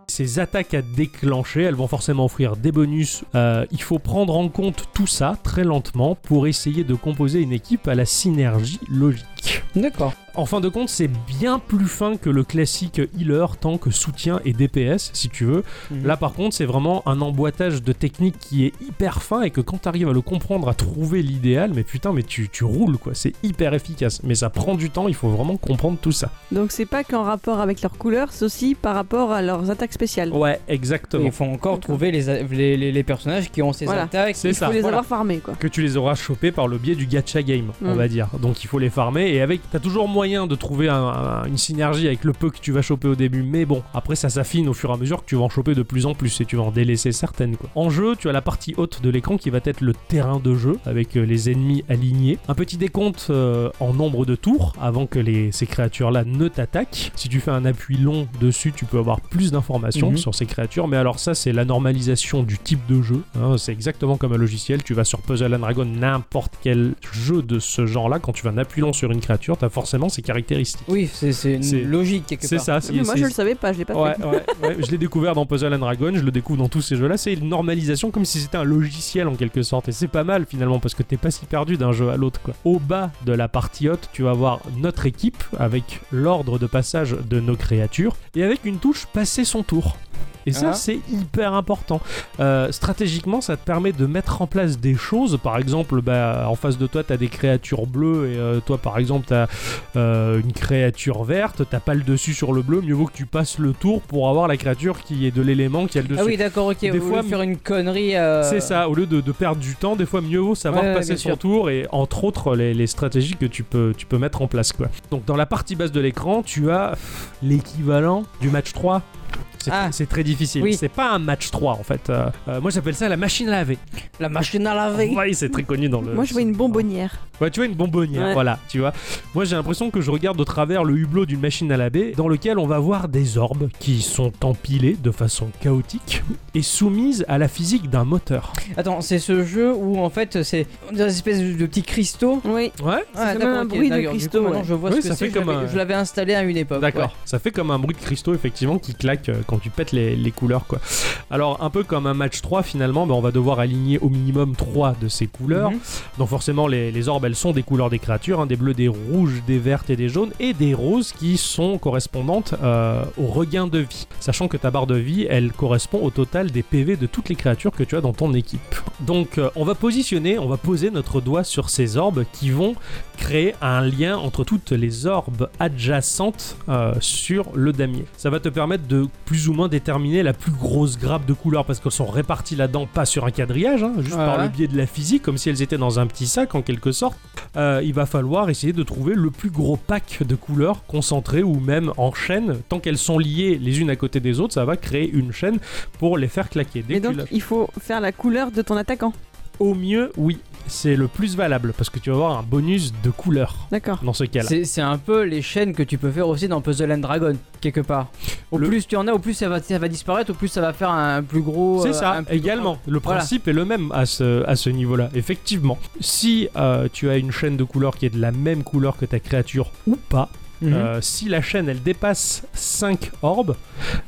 S2: Ces attaques à déclencher, elles vont forcément offrir des bonus. Euh, il faut prendre en compte tout ça très lentement pour essayer de composer une équipe à la synergie logique.
S3: D'accord.
S2: En fin de compte, c'est bien plus fin que le classique healer, tank, soutien et DPS, si tu veux. Là, par contre, c'est vraiment un emboîtage de techniques qui est hyper fin et que quand t'arrives à le comprendre, à trouver l'idéal, mais putain, mais tu, tu roules, quoi. C'est hyper efficace. Mais ça prend du temps, il faut vraiment comprendre tout ça.
S1: Donc c'est pas qu'en rapport avec leurs couleurs, c'est aussi par rapport à leurs attaques spéciales.
S2: Ouais,
S3: Et
S2: exactement.
S3: Il faut
S1: D'accord.
S3: encore trouver les, a- les, les- les personnages qui ont ces
S1: Voilà.
S3: attaques.
S2: C'est
S3: Il
S2: ça.
S1: Faut les
S3: voilà.
S1: avoir farmées, quoi.
S2: que tu les auras chopés par le biais du gacha game, on
S1: Mm.
S2: va dire. Donc il faut les farmer et avec, t'as toujours moyen de trouver un- un- une synergie avec le peu que tu vas choper au début. Mais bon, après ça s'affine au fur et à mesure que tu vas en choper de plus en plus et tu vas en délaisser certaines. Quoi. En jeu, tu as la partie haute de l'écran qui va être le terrain de jeu avec euh, les ennemis alignés. Un petit décompte euh, en nombre de tours avant que les, ces créatures-là ne t'attaquent. Si tu fais un appui long dessus, tu peux avoir plus d'informations
S3: Mhm.
S2: sur ces créatures. Mais alors ça, c'est la normalisation du type de jeu. hein. C'est exactement comme un logiciel. Tu vas sur Puzzle and Dragon, n'importe quel jeu de ce genre-là, quand tu vas un appui long sur une créature, t'as forcément ses caractéristiques.
S3: Oui, c'est c'est une
S2: C'est-
S3: logique quelque part.
S2: C'est ça.
S1: Mais
S2: c'est-
S1: moi
S2: c'est-
S1: je le savais pas, je l'ai pas
S2: Ouais,
S1: fait.
S2: ouais, ouais. je l'ai découvert dans Puzzle and Dragon, je le découvre dans tous ces jeux-là. C'est une normalisation comme si c'était un logiciel en quelque sorte. Et c'est pas mal finalement parce que t'es pas si perdu d'un jeu à l'autre. quoi. Au bas de la partie haute, tu vas voir notre équipe avec l'ordre de passage de nos créatures et avec une touche passer son tour. Et ça,
S3: Ah.
S2: c'est hyper important. Euh, stratégiquement, ça te permet de mettre en place des choses. Par exemple, bah, en face de toi, t'as des créatures bleues et euh, toi, par exemple, t'as euh, une créature verte, t'as pas le dessus sur le bleu, mieux vaut que tu passes le tour pour avoir la créature qui est de l'élément qui a le dessus.
S3: Ah oui, d'accord, ok.
S2: Des
S3: Vous
S2: fois,
S3: voulez faire une connerie. euh,
S2: C'est ça, au lieu de, de perdre du temps, des fois mieux vaut savoir
S3: Ouais, ouais,
S2: passer
S3: bien
S2: son
S3: sûr.
S2: tour et entre autres les, les stratégies que tu peux, tu peux mettre en place. Quoi. Donc dans la partie basse de l'écran, tu as pff, l'équivalent du match 3 C'est
S3: Ah.
S2: c'est très difficile.
S3: Oui.
S2: C'est pas un match 3 en fait. Euh, euh, moi j'appelle ça la machine à laver.
S3: La machine à laver.
S2: Oui, c'est très connu dans le.
S1: Moi, je vois une bonbonnière.
S2: Ouais, tu vois une bonbonnière,
S1: Ouais.
S2: voilà, tu vois. Moi, j'ai l'impression que je regarde de travers le hublot d'une machine à laver dans lequel on va voir des orbes qui sont empilées de façon chaotique et soumises à la physique d'un moteur.
S3: Attends, c'est ce jeu où en fait c'est on dirait des espèces de petits cristaux. Ah,
S1: Oui.
S2: Ouais,
S1: Ça fait
S3: d'accord,
S1: un
S3: ok,
S1: bruit de
S3: d'accord, du coup,
S1: cristaux,
S3: maintenant,
S1: ouais.
S3: je vois
S2: Oui,
S3: ce que
S2: ça
S3: c'est.
S2: fait
S3: Je
S2: comme
S3: l'avais-
S2: un-
S3: Je l'avais installé à une époque.
S2: d'accord. Ça fait comme un bruit de cristaux, effectivement, qui claque euh, quand tu pètes les, les couleurs, quoi. Alors, un peu comme un match 3, finalement, ben, on va devoir aligner au minimum 3 de ces
S3: ouais.
S2: couleurs.
S3: Mhm.
S2: Donc forcément, les, les orbes, elles sont des couleurs des créatures, hein, des bleus, des rouges, des vertes et des jaunes, et des roses qui sont correspondantes euh, au regain de vie. Sachant que ta barre de vie, elle correspond au total des PV de toutes les créatures que tu as dans ton équipe. Donc euh, on va positionner, on va poser notre doigt sur ces orbes qui vont créer un lien entre toutes les orbes adjacentes euh, sur le damier. Ça va te permettre de plus ou moins déterminer la plus grosse grappe de couleurs parce qu'elles sont réparties là-dedans, pas sur un quadrillage, hein, juste
S3: Ouais,
S2: par le
S3: ouais.
S2: biais de la physique, comme si elles étaient dans un petit sac en quelque sorte. Euh, il va falloir essayer de trouver le plus gros pack de couleurs concentrées ou même en chaîne. Tant qu'elles sont liées les unes à côté des autres, ça va créer une chaîne pour les faire claquer. Dès
S1: Et
S2: que tu
S1: donc,
S2: l'as-
S1: il faut faire la couleur de ton attaquant.
S2: Au mieux, oui, c'est le plus valable parce que tu vas avoir un bonus de couleur
S1: D'accord.
S2: dans ce cas-là.
S3: C'est- C'est un peu les chaînes que tu peux faire aussi dans Puzzle and Dragon, quelque part. Au
S2: Le-
S3: plus tu en as, au plus ça va, ça va disparaître, au plus ça va faire un plus gros. euh,
S2: C'est ça,
S3: un plus-
S2: également. Le
S3: Voilà.
S2: principe est le même à ce, à ce niveau-là, effectivement. Si euh, tu as une chaîne de couleurs qui est de la même couleur que ta créature ou pas,
S3: Mhm.
S2: euh, si la chaîne elle dépasse 5 orbes,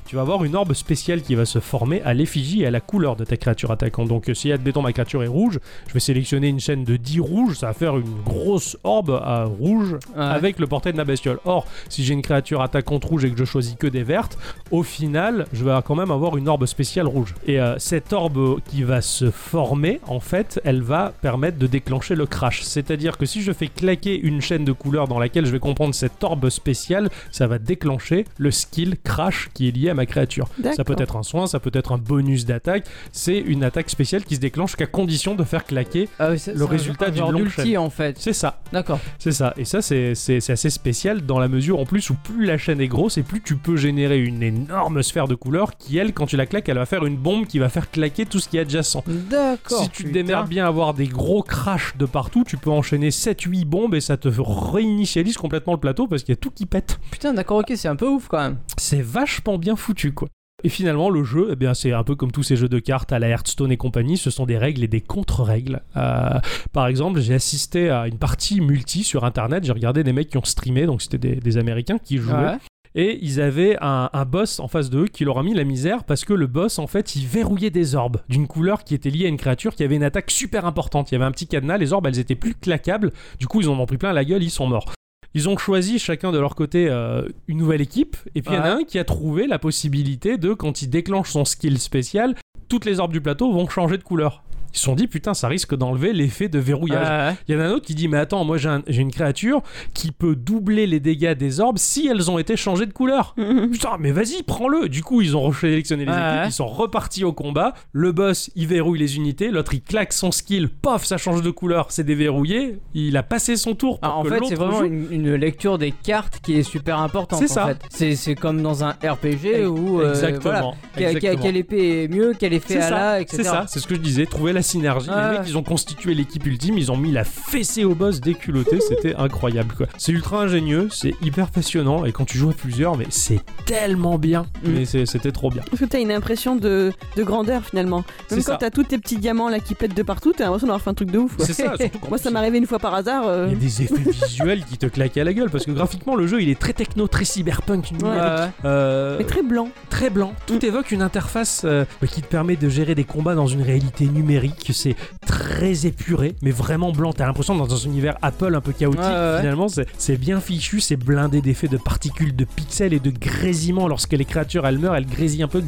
S2: tu vas avoir une orbe spéciale qui va se former à l'effigie et à la couleur de ta créature attaquant. Donc euh, si admettons ma créature est rouge, je vais sélectionner une chaîne de 10 rouges, ça va faire une grosse orbe à rouge
S3: Ah Ouais.
S2: avec le portrait de ma bestiole. Or, si j'ai une créature attaquante rouge et que je choisis que des vertes, au final, je vais quand même avoir une orbe spéciale rouge. Et euh, cette orbe qui va se former, en fait, elle va permettre de déclencher le crash. C'est-à-dire que si je fais claquer une chaîne de couleurs dans laquelle je vais comprendre cette orbe spéciale, ça va déclencher le skill crash qui est lié à ma créature. Ça peut
S1: D'accord.
S2: être un soin, ça peut être un bonus d'attaque. C'est une attaque spéciale qui se déclenche qu'à condition de faire claquer.
S3: Ah oui, c'est-
S2: le
S3: c'est un
S2: résultat
S3: genre- un
S2: d'une
S3: genre
S2: longue
S3: d'ulti,
S2: chaîne.
S3: en fait.
S2: C'est ça.
S3: D'accord.
S2: C'est ça, et ça c'est c'est- c'est assez spécial dans la mesure en plus où plus la chaîne est grosse et plus tu peux générer une énorme sphère de couleurs qui elle quand tu la claques elle va faire une bombe qui va faire claquer tout ce qui est adjacent.
S3: D'accord.
S2: Si tu te
S3: putain.
S2: démerdes bien à avoir des gros crashs de partout, tu peux enchaîner 7-8 bombes et ça te réinitialise complètement le plateau parce qu'il y a tout qui pète.
S3: Putain, d'accord, ok, c'est un peu ouf quand même.
S2: C'est vachement bien foutu quoi. Et finalement, le jeu, eh bien, c'est un peu comme tous ces jeux de cartes à la Hearthstone et compagnie, ce sont des règles et des contre-règles. Euh, par exemple, j'ai assisté à une partie multi sur internet, j'ai regardé des mecs qui ont streamé, donc c'était des, des Américains qui jouaient,
S3: Ouais.
S2: et ils avaient un, un boss en face d'eux qui leur a mis la misère parce que le boss, en fait, il verrouillait des orbes d'une couleur qui était liée à une créature qui avait une attaque super importante. Il y avait un petit cadenas, les orbes, elles étaient plus claquables, du coup, ils en ont pris plein la gueule, ils sont morts. Ils ont choisi chacun de leur côté euh, une nouvelle équipe, et puis il y en a un qui a trouvé la possibilité de, quand il déclenche son skill spécial, toutes les orbes du plateau vont changer de couleur. Ils se sont dit, putain, ça risque d'enlever l'effet de verrouillage.
S3: Ouais, ouais.
S2: Il y en a un autre qui dit mais attends moi j'ai un- j'ai une créature qui peut doubler les dégâts des orbes si elles ont été changées de couleur.
S1: *laughs* Mhm.
S2: Putain mais vas-y prends-le. Du coup ils ont resélectionné les
S3: Ouais,
S2: équipes,
S3: ouais.
S2: ils sont repartis au combat. Le boss il verrouille les unités, l'autre il claque son skill, pof ça change de couleur, c'est déverrouillé. Il a passé son tour. Pour
S3: Ah, en
S2: que
S3: fait,
S2: l'autre
S3: c'est vraiment
S2: joue.
S3: une, une lecture des cartes qui est super importante.
S2: C'est
S3: en
S2: ça.
S3: fait. C'est- C'est comme dans un RPG où. euh, voilà,
S2: Exactement.
S3: Quelle- quelle-
S2: exactement.
S3: Quelle épée est mieux, quelle épée
S2: C'est
S3: à
S2: ça,
S3: la,
S2: c'est
S3: etc.
S2: ça, c'est ce que je disais, trouver la synergie.
S3: Ouais.
S2: Les mecs, ils ont constitué l'équipe ultime, ils ont mis la fessée au boss déculotté, c'était incroyable quoi. C'est ultra ingénieux, c'est hyper passionnant, et quand tu joues à plusieurs, mais c'est tellement bien.
S3: Mm.
S2: Mais c'est- c'était trop bien.
S1: Parce que t'as une impression de, de grandeur finalement. Même
S2: C'est
S1: quand
S2: ça.
S1: t'as tous tes petits diamants là qui pètent de partout, t'as l'impression d'avoir fait un truc de ouf. quoi.
S2: C'est ça, surtout
S1: *laughs*
S2: qu'en
S1: Moi,
S2: plus,
S1: ça m'est arrivé une fois par hasard. euh,
S2: Il y a des effets visuels qui te claquent à la gueule parce que graphiquement le jeu il est très techno, très cyberpunk, une
S1: Ouais.
S3: Ouais,
S2: manière-
S3: ouais.
S2: Euh,
S1: Mais très blanc.
S2: très blanc.
S3: Mm.
S2: Tout évoque une interface euh, bah, qui te permet de gérer des combats dans une réalité numérique. C'est très épuré, mais vraiment blanc. T'as l'impression d'être dans un univers Apple un peu chaotique.
S3: Ouais, ouais, ouais.
S2: Finalement, c'est- c'est bien fichu, c'est blindé d'effets de particules, de pixels et de grésillements. Lorsque les créatures elles meurent, elles grésillent un peu,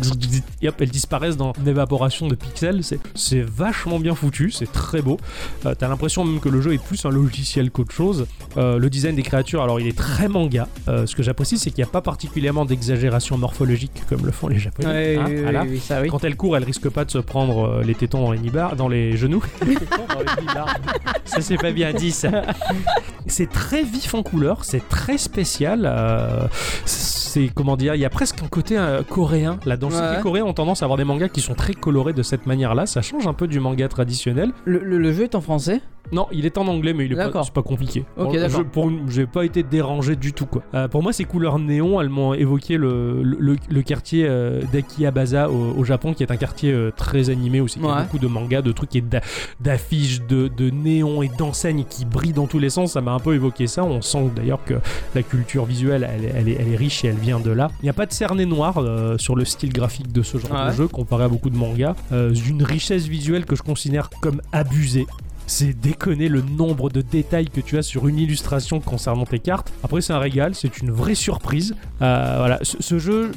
S2: et hop, elles disparaissent dans une évaporation de pixels. C'est- C'est vachement bien foutu, c'est très beau. Euh, T'as l'impression même que le jeu est plus un logiciel qu'autre chose. Euh, le design des créatures, alors il est très manga. Euh, ce que j'apprécie, c'est qu'il n'y a pas particulièrement d'exagération morphologique comme le font les japonais.
S3: Ouais,
S2: Hein,
S3: oui, oui,
S2: voilà.
S3: oui, ça, oui.
S2: Quand elle court, elle risque pas de se prendre euh, les tétons dans les nibards. barres dans les
S3: *laughs*
S2: genoux. ça c'est pas bien dit ça. C'est très vif en couleur, c'est très spécial. euh, c'est comment dire, il y a presque un côté euh, coréen. La danse
S3: Ouais.
S2: les Coréens ont tendance à avoir des mangas qui sont très colorés de cette manière-là. Ça change un peu du manga traditionnel.
S3: Le, le- le jeu est en français
S2: Non, il est en anglais, mais il est pas,
S3: D'accord.
S2: c'est pas compliqué.
S3: Ok,
S2: Bon, je-
S3: d'accord.
S2: pour une- J'ai pas été dérangé du tout, quoi. Euh, pour moi, ces couleurs néon, elles m'ont évoqué le, le- le- le quartier euh, d'Akihabara au, au Japon, qui est un quartier euh, très animé aussi. Il y a
S3: Ouais.
S2: beaucoup de mangas, de trucs et d'a- d'affiches, de, de néons et d'enseignes qui brillent dans tous les sens. Ça m'a un peu évoqué ça. On sent d'ailleurs que la culture visuelle, elle, est- elle est, elle est riche et elle vient de là. Il n'y a pas de cerné noir euh, sur le style graphique de ce genre de
S3: Ouais.
S2: jeu comparé à beaucoup de mangas. Euh, une richesse visuelle que je considère comme abusée. C'est déconner le nombre de détails que tu as sur une illustration concernant tes cartes. Après, c'est un régal, c'est une vraie surprise. Euh, voilà, ce, ce jeu,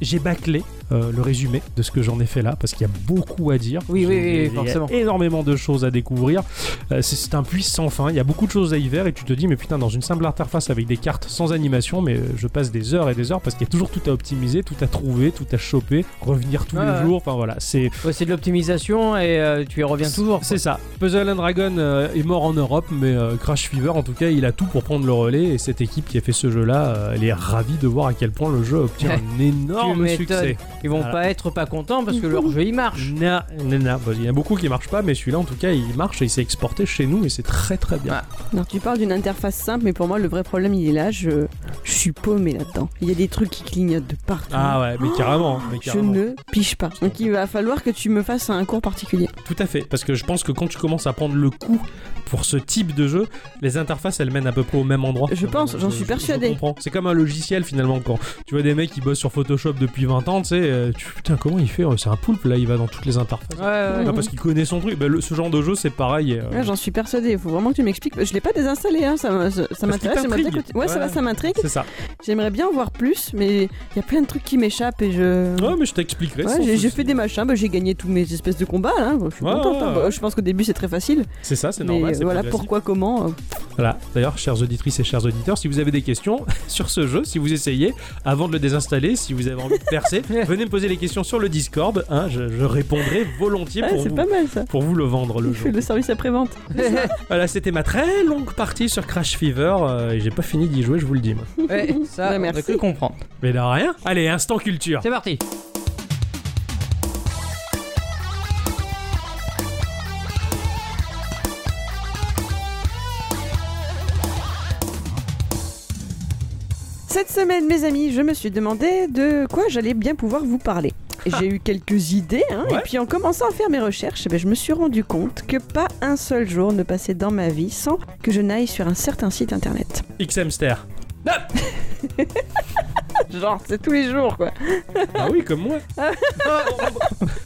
S2: j'ai bâclé euh, le résumé de ce que j'en ai fait là parce qu'il y a beaucoup à dire.
S3: Oui,
S2: J'ai-
S3: oui, oui,
S2: il y a
S3: forcément.
S2: Énormément de choses à découvrir. Euh, c'est- c'est un puits sans fin. Il y a beaucoup de choses à y faire et tu te dis, mais putain, dans une simple interface avec des cartes sans animation, mais euh, je passe des heures et des heures parce qu'il y a toujours tout à optimiser, tout à trouver, tout à choper, revenir tous
S3: Ouais,
S2: les
S3: ouais.
S2: jours. Enfin voilà, c'est
S3: Ouais, C'est de l'optimisation et euh, tu y reviens toujours. quoi.
S2: c'est ça. Puzzle and Dragon euh, est mort en Europe, mais euh, Crash Fever, en tout cas, il a tout pour prendre le relais. Et cette équipe qui a fait ce jeu-là, euh, elle est ravie de voir à quel point le jeu obtient un énorme
S3: m'étonnes.
S2: succès.
S3: Ils vont
S2: Voilà.
S3: pas être pas contents parce que leur jeu
S2: *laughs*
S3: il marche.
S2: Na- na- na. Bah, Il y en a beaucoup qui marchent pas, mais celui-là, en tout cas, il marche et il s'est exporté chez nous et c'est très très bien.
S1: Alors tu parles d'une interface simple, mais pour moi le vrai problème il est là, je, je suis paumé là-dedans. Il y a des trucs qui clignotent de partout.
S2: Ah ouais, mais carrément, mais
S1: Je
S2: carrément.
S1: ne pige pas. Donc il va falloir que tu me fasses un cours particulier.
S2: Tout à fait, parce que je pense que quand tu commences à prendre le coup pour ce type de jeu, les interfaces elles mènent à peu près au même endroit.
S1: Je pense, j'en suis
S2: je- je
S1: persuadé.
S2: comprends. C'est comme un logiciel finalement quand tu vois des mecs qui bossent sur Photoshop depuis 20 ans, tu sais, euh, tu- putain comment il fait, euh, c'est un poulpe là, il va dans toutes les interfaces.
S3: Ouais, ouais,
S2: Ah,
S3: ouais.
S2: parce qu'il connaît son truc, Bah, le- ce genre de jeu c'est pareil. euh,
S1: Là, j'en suis persuadée. Il faut vraiment que tu m'expliques. Je l'ai pas désinstallé, hein. ça, me- ça- ça m'intéresse. j'aimerais bien
S2: t'intrigue.
S1: écouter- Ouais, ça va,
S2: Ouais.
S1: ça m'intrigue.
S2: c'est ça.
S1: J'aimerais bien en voir plus, mais il y a plein de trucs qui m'échappent et je.
S2: Ouais, mais je t'expliquerai.
S1: Ouais,
S2: sans
S1: j'ai- j'ai
S2: souci.
S1: fait des machins, bah, j'ai gagné tous mes espèces de combats, là. je suis
S2: Ouais,
S1: contente. hein.
S2: ouais.
S1: Bah, je pense qu'au début c'est très facile,
S2: C'est ça, c'est
S1: mais
S2: normal. c'est
S1: voilà
S2: progressif.
S1: pourquoi, comment. euh,
S2: Voilà. D'ailleurs, chères auditrices et chers auditeurs, si vous avez des questions *laughs* sur ce jeu, si vous essayez, avant de le désinstaller, si vous avez envie de percer, venez me poser les questions sur le Discord. hein, je, je répondrai volontiers
S1: ouais,
S2: pour,
S1: c'est
S2: vous,
S1: pas mal ça.
S2: pour vous le vendre le
S1: Il fait
S2: jeu.
S1: le service après-vente.
S2: Voilà, c'était ma très longue partie sur Crash Fever euh, et j'ai pas fini d'y jouer, je vous le dis. moi.
S3: Ouais, ça,
S1: Bah,
S3: on a
S1: merci.
S3: cru comprendre.
S2: Mais de rien. Allez, instant culture.
S3: C'est parti.
S1: Cette semaine, mes amis, je me suis demandé de quoi j'allais bien pouvoir vous parler. Et J'ai eu quelques idées, hein,
S2: Ah. Ouais.
S1: et puis en commençant à faire mes recherches, ben, je me suis rendu compte que pas un seul jour ne passait dans ma vie sans que je n'aille sur un certain site internet.
S2: X-Hamster.
S1: Genre, c'est tous les jours, quoi.
S2: Ah oui, comme moi.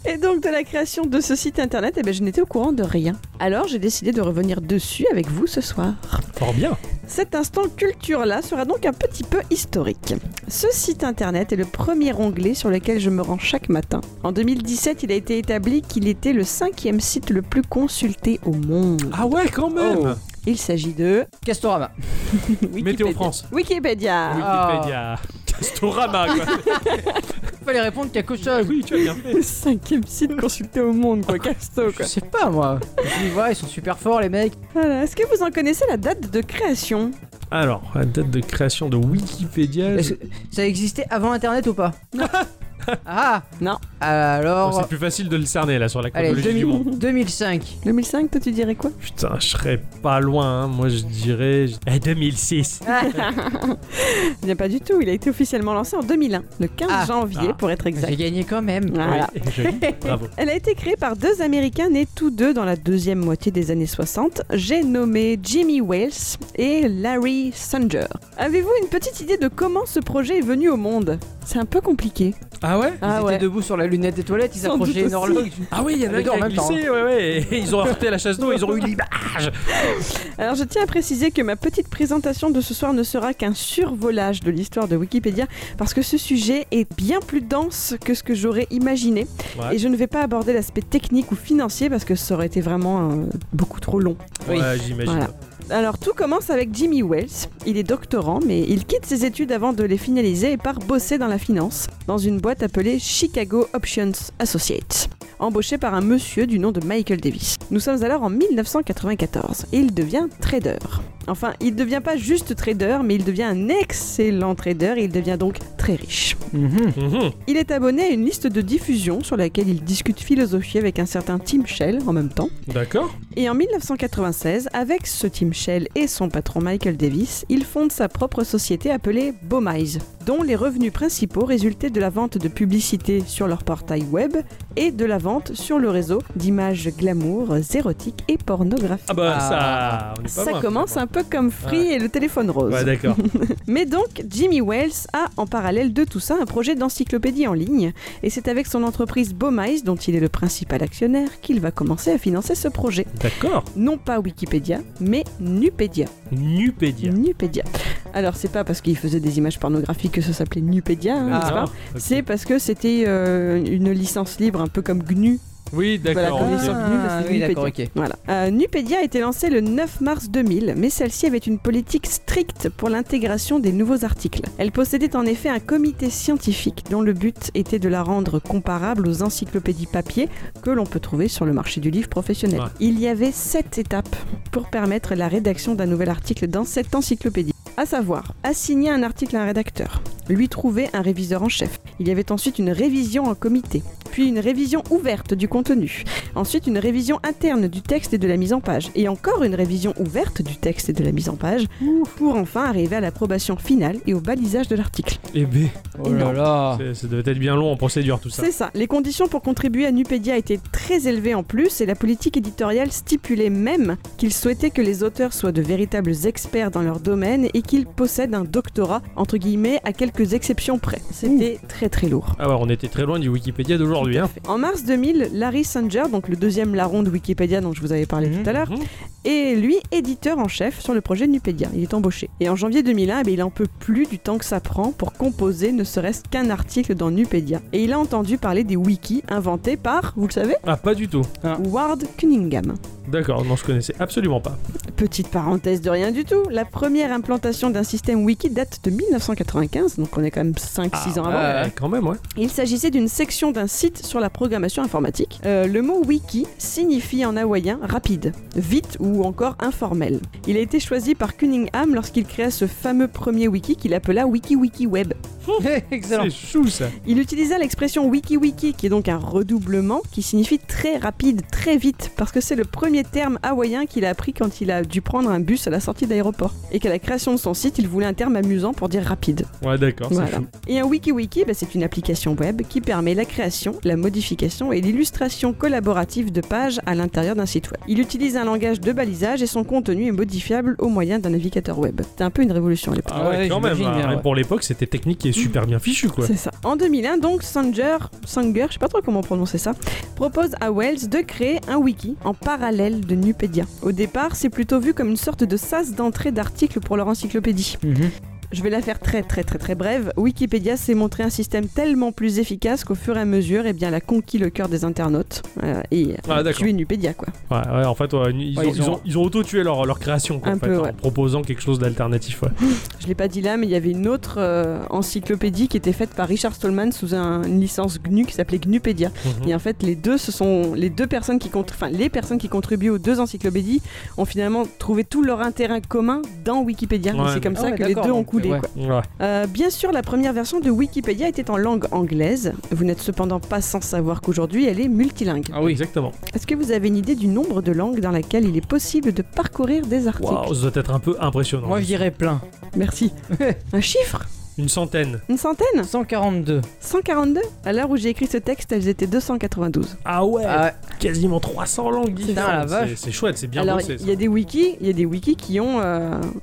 S1: Et donc de la création de ce site internet, eh ben, je n'étais au courant de rien. Alors j'ai décidé de revenir dessus avec vous ce soir.
S2: Fort bien.
S1: Cet instant culture-là sera donc un petit peu historique. Ce site internet est le premier onglet sur lequel je me rends chaque matin. En 2017, il a été établi qu'il était le cinquième site le plus consulté au monde.
S2: Ah ouais, quand même.
S1: Il s'agit de
S3: Castorama.
S2: *laughs* Météo France.
S1: Wikipédia.
S2: Wikipédia. *laughs* Castorama, quoi.
S3: Fallait répondre qu'il y a que ça.
S2: oui, tu as bien fait.
S1: Le cinquième site consulté au monde,
S2: *laughs*
S1: quoi, casto,
S3: Je
S1: quoi.
S3: sais pas moi. Je dis, ouais, ils sont super forts les mecs.
S1: Voilà. Est-ce que vous en connaissez la date de création
S2: Alors, la date de création de Wikipédia.
S3: Est-ce que ça existait avant internet ou pas *laughs* Ah
S1: Non.
S2: Oh,
S3: Alors.
S2: c'est plus facile de le cerner là sur la
S3: Allez,
S2: chronologie du
S3: 2000
S2: monde.
S3: 2005.
S1: 2005, toi tu dirais quoi
S2: Putain, je serais pas loin, hein. moi je dirais. Eh, 2006.
S1: Il n'y a Eh pas du tout, il a été officiellement lancé en 2001, le 15
S3: Ah.
S1: janvier
S2: Ah.
S1: pour être
S3: J'ai
S1: exact.
S3: gagné quand même.
S1: Voilà.
S2: Oui, eh, joli, bravo.
S1: Elle a été créée par deux Américains nés tous deux dans la deuxième moitié des années 60. J'ai nommé Jimmy Wales et Larry Sanger. Avez-vous une petite idée de comment ce projet est venu au monde C'est un peu compliqué.
S2: Ah ouais
S3: Ils étaient debout sur la lunette des toilettes, ils
S1: Sans doute
S3: approchaient une
S1: aussi.
S3: horloge.
S2: Ah oui, il y en a
S3: Les
S2: qui
S3: deux en
S2: a
S3: même temps,
S2: glissé, ouais, ouais, et ils ont heurté la chasse d'eau, ils ont eu l'image.
S1: Alors je tiens à préciser que ma petite présentation de ce soir ne sera qu'un survolage de l'histoire de Wikipédia parce que ce sujet est bien plus dense que ce que j'aurais imaginé
S2: Ouais.
S1: et je ne vais pas aborder l'aspect technique ou financier parce que ça aurait été vraiment euh, beaucoup trop long.
S3: Oui.
S2: Ouais, j'imagine.
S1: Voilà. Alors tout commence avec Jimmy Wells. Il est doctorant, mais il quitte ses études avant de les finaliser et part bosser dans la finance, dans une boîte appelée Chicago Options Associates. embauché par un monsieur du nom de Michael Davis. Nous sommes alors en 1994 et il devient trader. Enfin, il ne devient pas juste trader, mais il devient un excellent trader et il devient donc très riche.
S2: Mhm.
S1: Il est abonné à une liste de diffusion sur laquelle il discute philosophie avec un certain Tim Shell en même temps.
S2: D'accord.
S1: Et en 1996, avec ce Tim Shell et son patron Michael Davis, il fonde sa propre société appelée Bomize, dont les revenus principaux résultaient de la vente de publicités sur leur portail web et de la vente sur le réseau d'images glamour, érotiques et pornographiques.
S2: Ah bah
S3: Ah.
S2: ça. on est pas
S1: Ça
S2: loin,
S1: commence un peu comme Free et le téléphone rose.
S2: Ouais, d'accord.
S1: Mais donc, Jimmy Wales a, en parallèle de tout ça, un projet d'encyclopédie en ligne, et c'est avec son entreprise Bomize, dont il est le principal actionnaire, qu'il va commencer à financer ce projet.
S2: d'accord.
S1: Non pas Wikipédia, mais Nupedia.
S2: Nupédia.
S1: Nupedia. Alors, c'est pas parce qu'il faisait des images pornographiques que ça s'appelait Nupedia, hein,
S2: Ah,
S1: n'est-ce pas
S2: ok.
S1: C'est parce que c'était euh, une licence libre, un peu comme GNU.
S2: Ah, Oui, d'accord.
S1: Voilà,
S2: ok.
S1: connaissance. Bienvenue, parce que
S3: Ah, oui,
S1: Wikipédia.
S3: d'accord, ok.
S1: Voilà. Euh, Nupedia a été lancée le 9 mars 2000, mais celle-ci avait une politique stricte pour l'intégration des nouveaux articles. Elle possédait en effet un comité scientifique dont le but était de la rendre comparable aux encyclopédies papier que l'on peut trouver sur le marché du livre professionnel.
S2: Ouais.
S1: Il y avait sept étapes pour permettre la rédaction d'un nouvel article dans cette encyclopédie. À savoir, assigner un article à un rédacteur, lui trouver un réviseur en chef. Il y avait ensuite une révision en comité, puis une révision ouverte du contenu, ensuite une révision interne du texte et de la mise en page, et encore une révision ouverte du texte et de la mise en page, pour enfin arriver à l'approbation finale et au balisage de l'article.
S2: Eh ben,
S3: Oh là
S1: Énorme.
S3: là.
S2: c'est- ça devait être bien long en procédure tout ça.
S1: C'est ça. Les conditions pour contribuer à Nupedia étaient très élevées en plus et la politique éditoriale stipulait même qu'il souhaitait que les auteurs soient de véritables experts dans leur domaine et qu'ils possèdent un doctorat, entre guillemets, à quelques exceptions près. C'était très très lourd.
S2: Ah ouais, on était très loin du Wikipédia d'aujourd'hui. Hein.
S1: En mars 2000, Larry Sanger, donc le deuxième larron de Wikipédia dont je vous avais parlé tout à l'heure,
S2: Mhm.
S1: et lui éditeur en chef sur le projet Nupedia. Il est embauché. Et en janvier 2001, eh bien, il en peut plus du temps que ça prend pour composer ne serait-ce qu'un article dans Nupedia. Et il a entendu parler des wikis inventés par, vous le savez,
S2: Ah, pas du tout.
S1: Ward Cunningham.
S2: D'accord, non, je connaissais absolument pas.
S1: Petite parenthèse de rien du tout, la première implantation d'un système wiki date de 1995, donc on est quand même 5-6 ans avant.
S3: ouais.
S2: Ah, quand même, ouais.
S1: Il s'agissait d'une section d'un site sur la programmation informatique. Euh, le mot wiki signifie en hawaïen rapide, vite ou encore informel. Il a été choisi par Cunningham lorsqu'il créa ce fameux premier wiki qu'il appela WikiWikiWeb.
S3: *laughs* Excellent.
S2: C'est chou ça.
S1: Il utilisa l'expression wiki-wiki, qui est donc un redoublement, qui signifie très rapide, très vite, parce que c'est le premier terme hawaïen qu'il a appris quand il a dû prendre un bus à la sortie d'aéroport. Et qu'à la création de son site, il voulait un terme amusant pour dire rapide.
S2: Ouais, d'accord, c'est
S1: Voilà.
S2: chou.
S1: Et un wiki-wiki, bah, c'est une application web qui permet la création, la modification et l'illustration collaborative de pages à l'intérieur d'un site web. Il utilise un langage de balisage et son contenu est modifiable au moyen d'un navigateur web. C'était un peu une révolution à l'époque.
S2: Ah ouais,
S3: Ouais,
S2: quand même.
S3: j'imagine
S2: hein.
S3: bien,
S2: Et
S3: ouais.
S2: Pour l'époque, c'était technique et super bien fichu, quoi.
S1: C'est ça. En 2001, donc, Sanger, Sanger, je sais pas trop comment prononcer ça, propose à Wells de créer un wiki en parallèle de Nupedia. Au départ, c'est plutôt vu comme une sorte de sas d'entrée d'articles pour leur encyclopédie.
S3: Mhm.
S1: Je vais la faire très très très très brève. Wikipédia s'est montré un système tellement plus efficace qu'au fur et à mesure, eh bien, elle a conquis le cœur des internautes euh, et
S2: Ah,
S1: euh,
S2: d'accord.
S1: tué Nupedia, quoi.
S2: Ouais, ouais, en fait, ouais, ils,
S3: Ouais,
S2: ont,
S3: ils
S2: ils
S3: ont-
S2: ont- ils ont auto-tué leur, leur création, quoi,
S1: Un
S2: en fait,
S1: peu, ouais.
S2: en proposant quelque chose d'alternatif.
S3: *laughs*
S2: Ouais.
S1: Je l'ai pas dit là, mais il y avait une autre euh, encyclopédie qui était faite par Richard Stallman sous un- une licence GNU qui s'appelait GNUpedia.
S2: Mhm.
S1: Et en fait, les deux, ce sont les deux personnes qui contr- enfin, les personnes qui contribuent aux deux encyclopédies ont finalement trouvé tout leur intérêt commun dans Wikipédia.
S2: Ouais.
S1: Et C'est comme
S3: Ah
S1: ça
S3: ouais,
S1: que les
S3: d'accord,
S1: deux ont
S3: donc,
S1: coulé.
S3: ouais.
S1: quoi.
S2: Ouais.
S1: Euh, bien sûr, la première version de Wikipédia était en langue anglaise. Vous n'êtes cependant pas sans savoir qu'aujourd'hui, elle est multilingue.
S3: Ah oui.
S2: Exactement.
S1: Est-ce que vous avez une idée du nombre de langues dans laquelle il est possible de parcourir des articles
S2: Waouh, ça doit être un peu impressionnant.
S3: Moi je dirais plein. *laughs*
S1: Merci. Un chiffre
S2: Une centaine.
S1: Une centaine
S3: 142.
S1: 142 À l'heure où j'ai écrit ce texte, elles étaient 292.
S2: Ah ouais,
S3: Ah ouais.
S2: quasiment 300 langues
S3: Putain, la
S2: différentes.
S3: vache.
S2: C'est- C'est chouette, c'est bien
S1: Alors,
S2: bossé.
S1: il
S2: ça.
S1: y a des wikis, il y a des wikis qui ont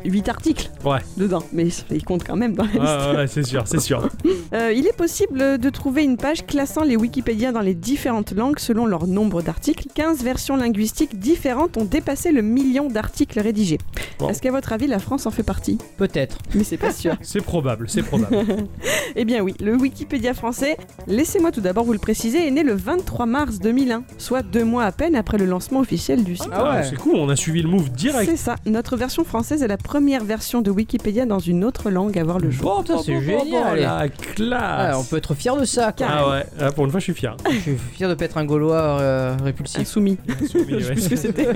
S1: 8 articles
S2: Ouais.
S1: dedans, mais ils comptent quand même dans la liste.
S2: Ouais, ouais, c'est sûr, c'est sûr.
S1: Euh, il est possible de trouver une page classant les Wikipédiens dans les différentes langues selon leur nombre d'articles. 15 versions linguistiques différentes ont dépassé le million d'articles rédigés.
S2: Wow.
S1: Est-ce qu'à votre avis la France en fait partie
S3: Peut-être.
S1: Mais c'est pas sûr.
S2: C'est probable, c'est c'est probable.
S1: *laughs* Eh bien oui, le Wikipédia français, laissez-moi tout d'abord vous le préciser, est né le 23 mars 2001, soit deux mois à peine après le lancement officiel du site.
S3: Ah ouais.
S2: C'est cool, on a suivi le move direct.
S1: C'est ça, notre version française est la première version de Wikipédia dans une autre langue à voir le jour.
S2: Bon,
S3: Putain, c'est génial.
S2: La classe.
S3: Ah, on peut être fier de ça,
S2: *laughs*
S3: quoi.
S2: Ah ouais, ah, pour une fois, je
S1: *laughs*
S2: suis fier.
S3: Je suis fier de pas être un Gaulois euh, répulsif.
S1: Insoumis.
S2: Soumis,
S1: Je sais
S2: ouais.
S1: plus ce que c'était.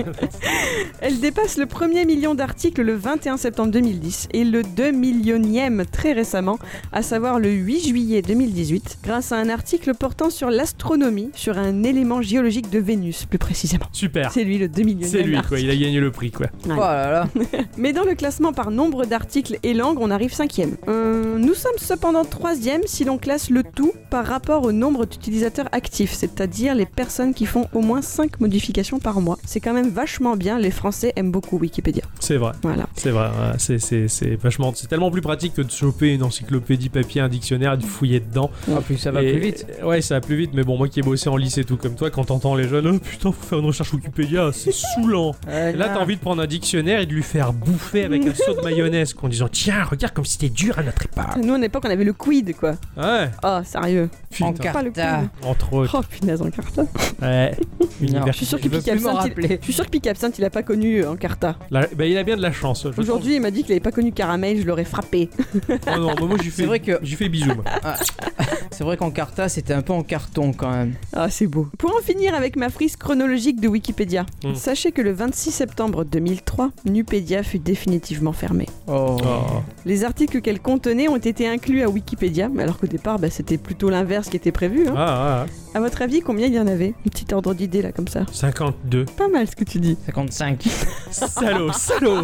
S1: *laughs* Elle dépasse le premier million d'articles le 21 septembre 2010 et le 2 millionième très récemment, à savoir le 8 juillet 2018, grâce à un article portant sur l'astronomie, sur un élément géologique de Vénus plus précisément.
S2: Super.
S1: Ah. C'est lui le 2 millionième.
S2: C'est lui, quoi.
S1: article.
S2: Il a gagné le prix, quoi.
S3: Oh là là.
S2: *laughs*
S1: Mais dans le classement par nombre d'articles et langues, on arrive cinquième. Euh, nous sommes cependant troisième si l'on classe le tout par rapport au nombre d'utilisateurs actifs, c'est-à-dire les personnes qui font au moins 5 modifications par mois. C'est quand même vachement bien, les Français aiment beaucoup Wikipédia.
S2: C'est vrai.
S1: Voilà.
S2: C'est vrai, ouais, c'est- c'est c'est vachement. C'est tellement plus pratique que de choper une encyclopédie papier, un dictionnaire et de fouiller dedans.
S3: En plus, ça va
S2: Et-
S3: plus vite.
S2: Ouais, ça va plus vite, mais bon, moi qui ai bossé en lycée tout comme toi, quand t'entends les jeunes, oh putain, faut faire une recherche Wikipédia,
S1: *laughs*
S2: c'est saoulant. Et là,
S3: Ah,
S2: t'as envie de prendre un dictionnaire et de lui faire bouffer avec un seau de mayonnaise, quoi, en disant, tiens, regarde comme c'était dur à notre
S3: Ah.
S2: époque.
S1: Nous, à l'époque, on avait le quid, quoi.
S2: Ouais,
S1: Oh, sérieux.
S3: En
S2: putain,
S1: Pas le
S3: carta.
S1: quid.
S2: entre autres.
S1: Oh, punaise, en carta.
S2: Ouais,
S1: Oh. Je
S2: univers.
S1: suis sûr que
S3: Ah, Je veux
S1: Pic
S3: plus m'en
S1: Absinthe, il-
S3: rappeler.
S1: je suis sûr que Pic Absinthe, il a pas connu euh, en carta.
S2: La- bah, il a bien de la chance. je trouve.
S1: Aujourd'hui, il m'a dit qu'il avait pas connu Caramel, je l'aurais frappé.
S2: Oh non, moi, moi, j'ai fait,
S3: vrai que-
S2: j'ai fait bisous. moi.
S3: C'est vrai qu'en carta, c'était un peu en carton quand même.
S1: Ah, c'est beau. Pour en finir avec ma frise chronologique de Wikipédia,
S2: Mm.
S1: sachez que le 26 septembre 2003, Nupedia fut définitivement fermée.
S3: Oh.
S2: Oh.
S1: Les articles qu'elle contenait ont été inclus à Wikipédia, mais alors qu'au départ, bah, c'était plutôt l'inverse qui était prévu. hein.
S2: Ah, ah, ah.
S1: À votre avis, combien il y en avait Un petit ordre d'idée là, comme ça.
S2: 52.
S1: Pas mal ce que tu dis.
S3: 55.
S2: Salaud, salaud.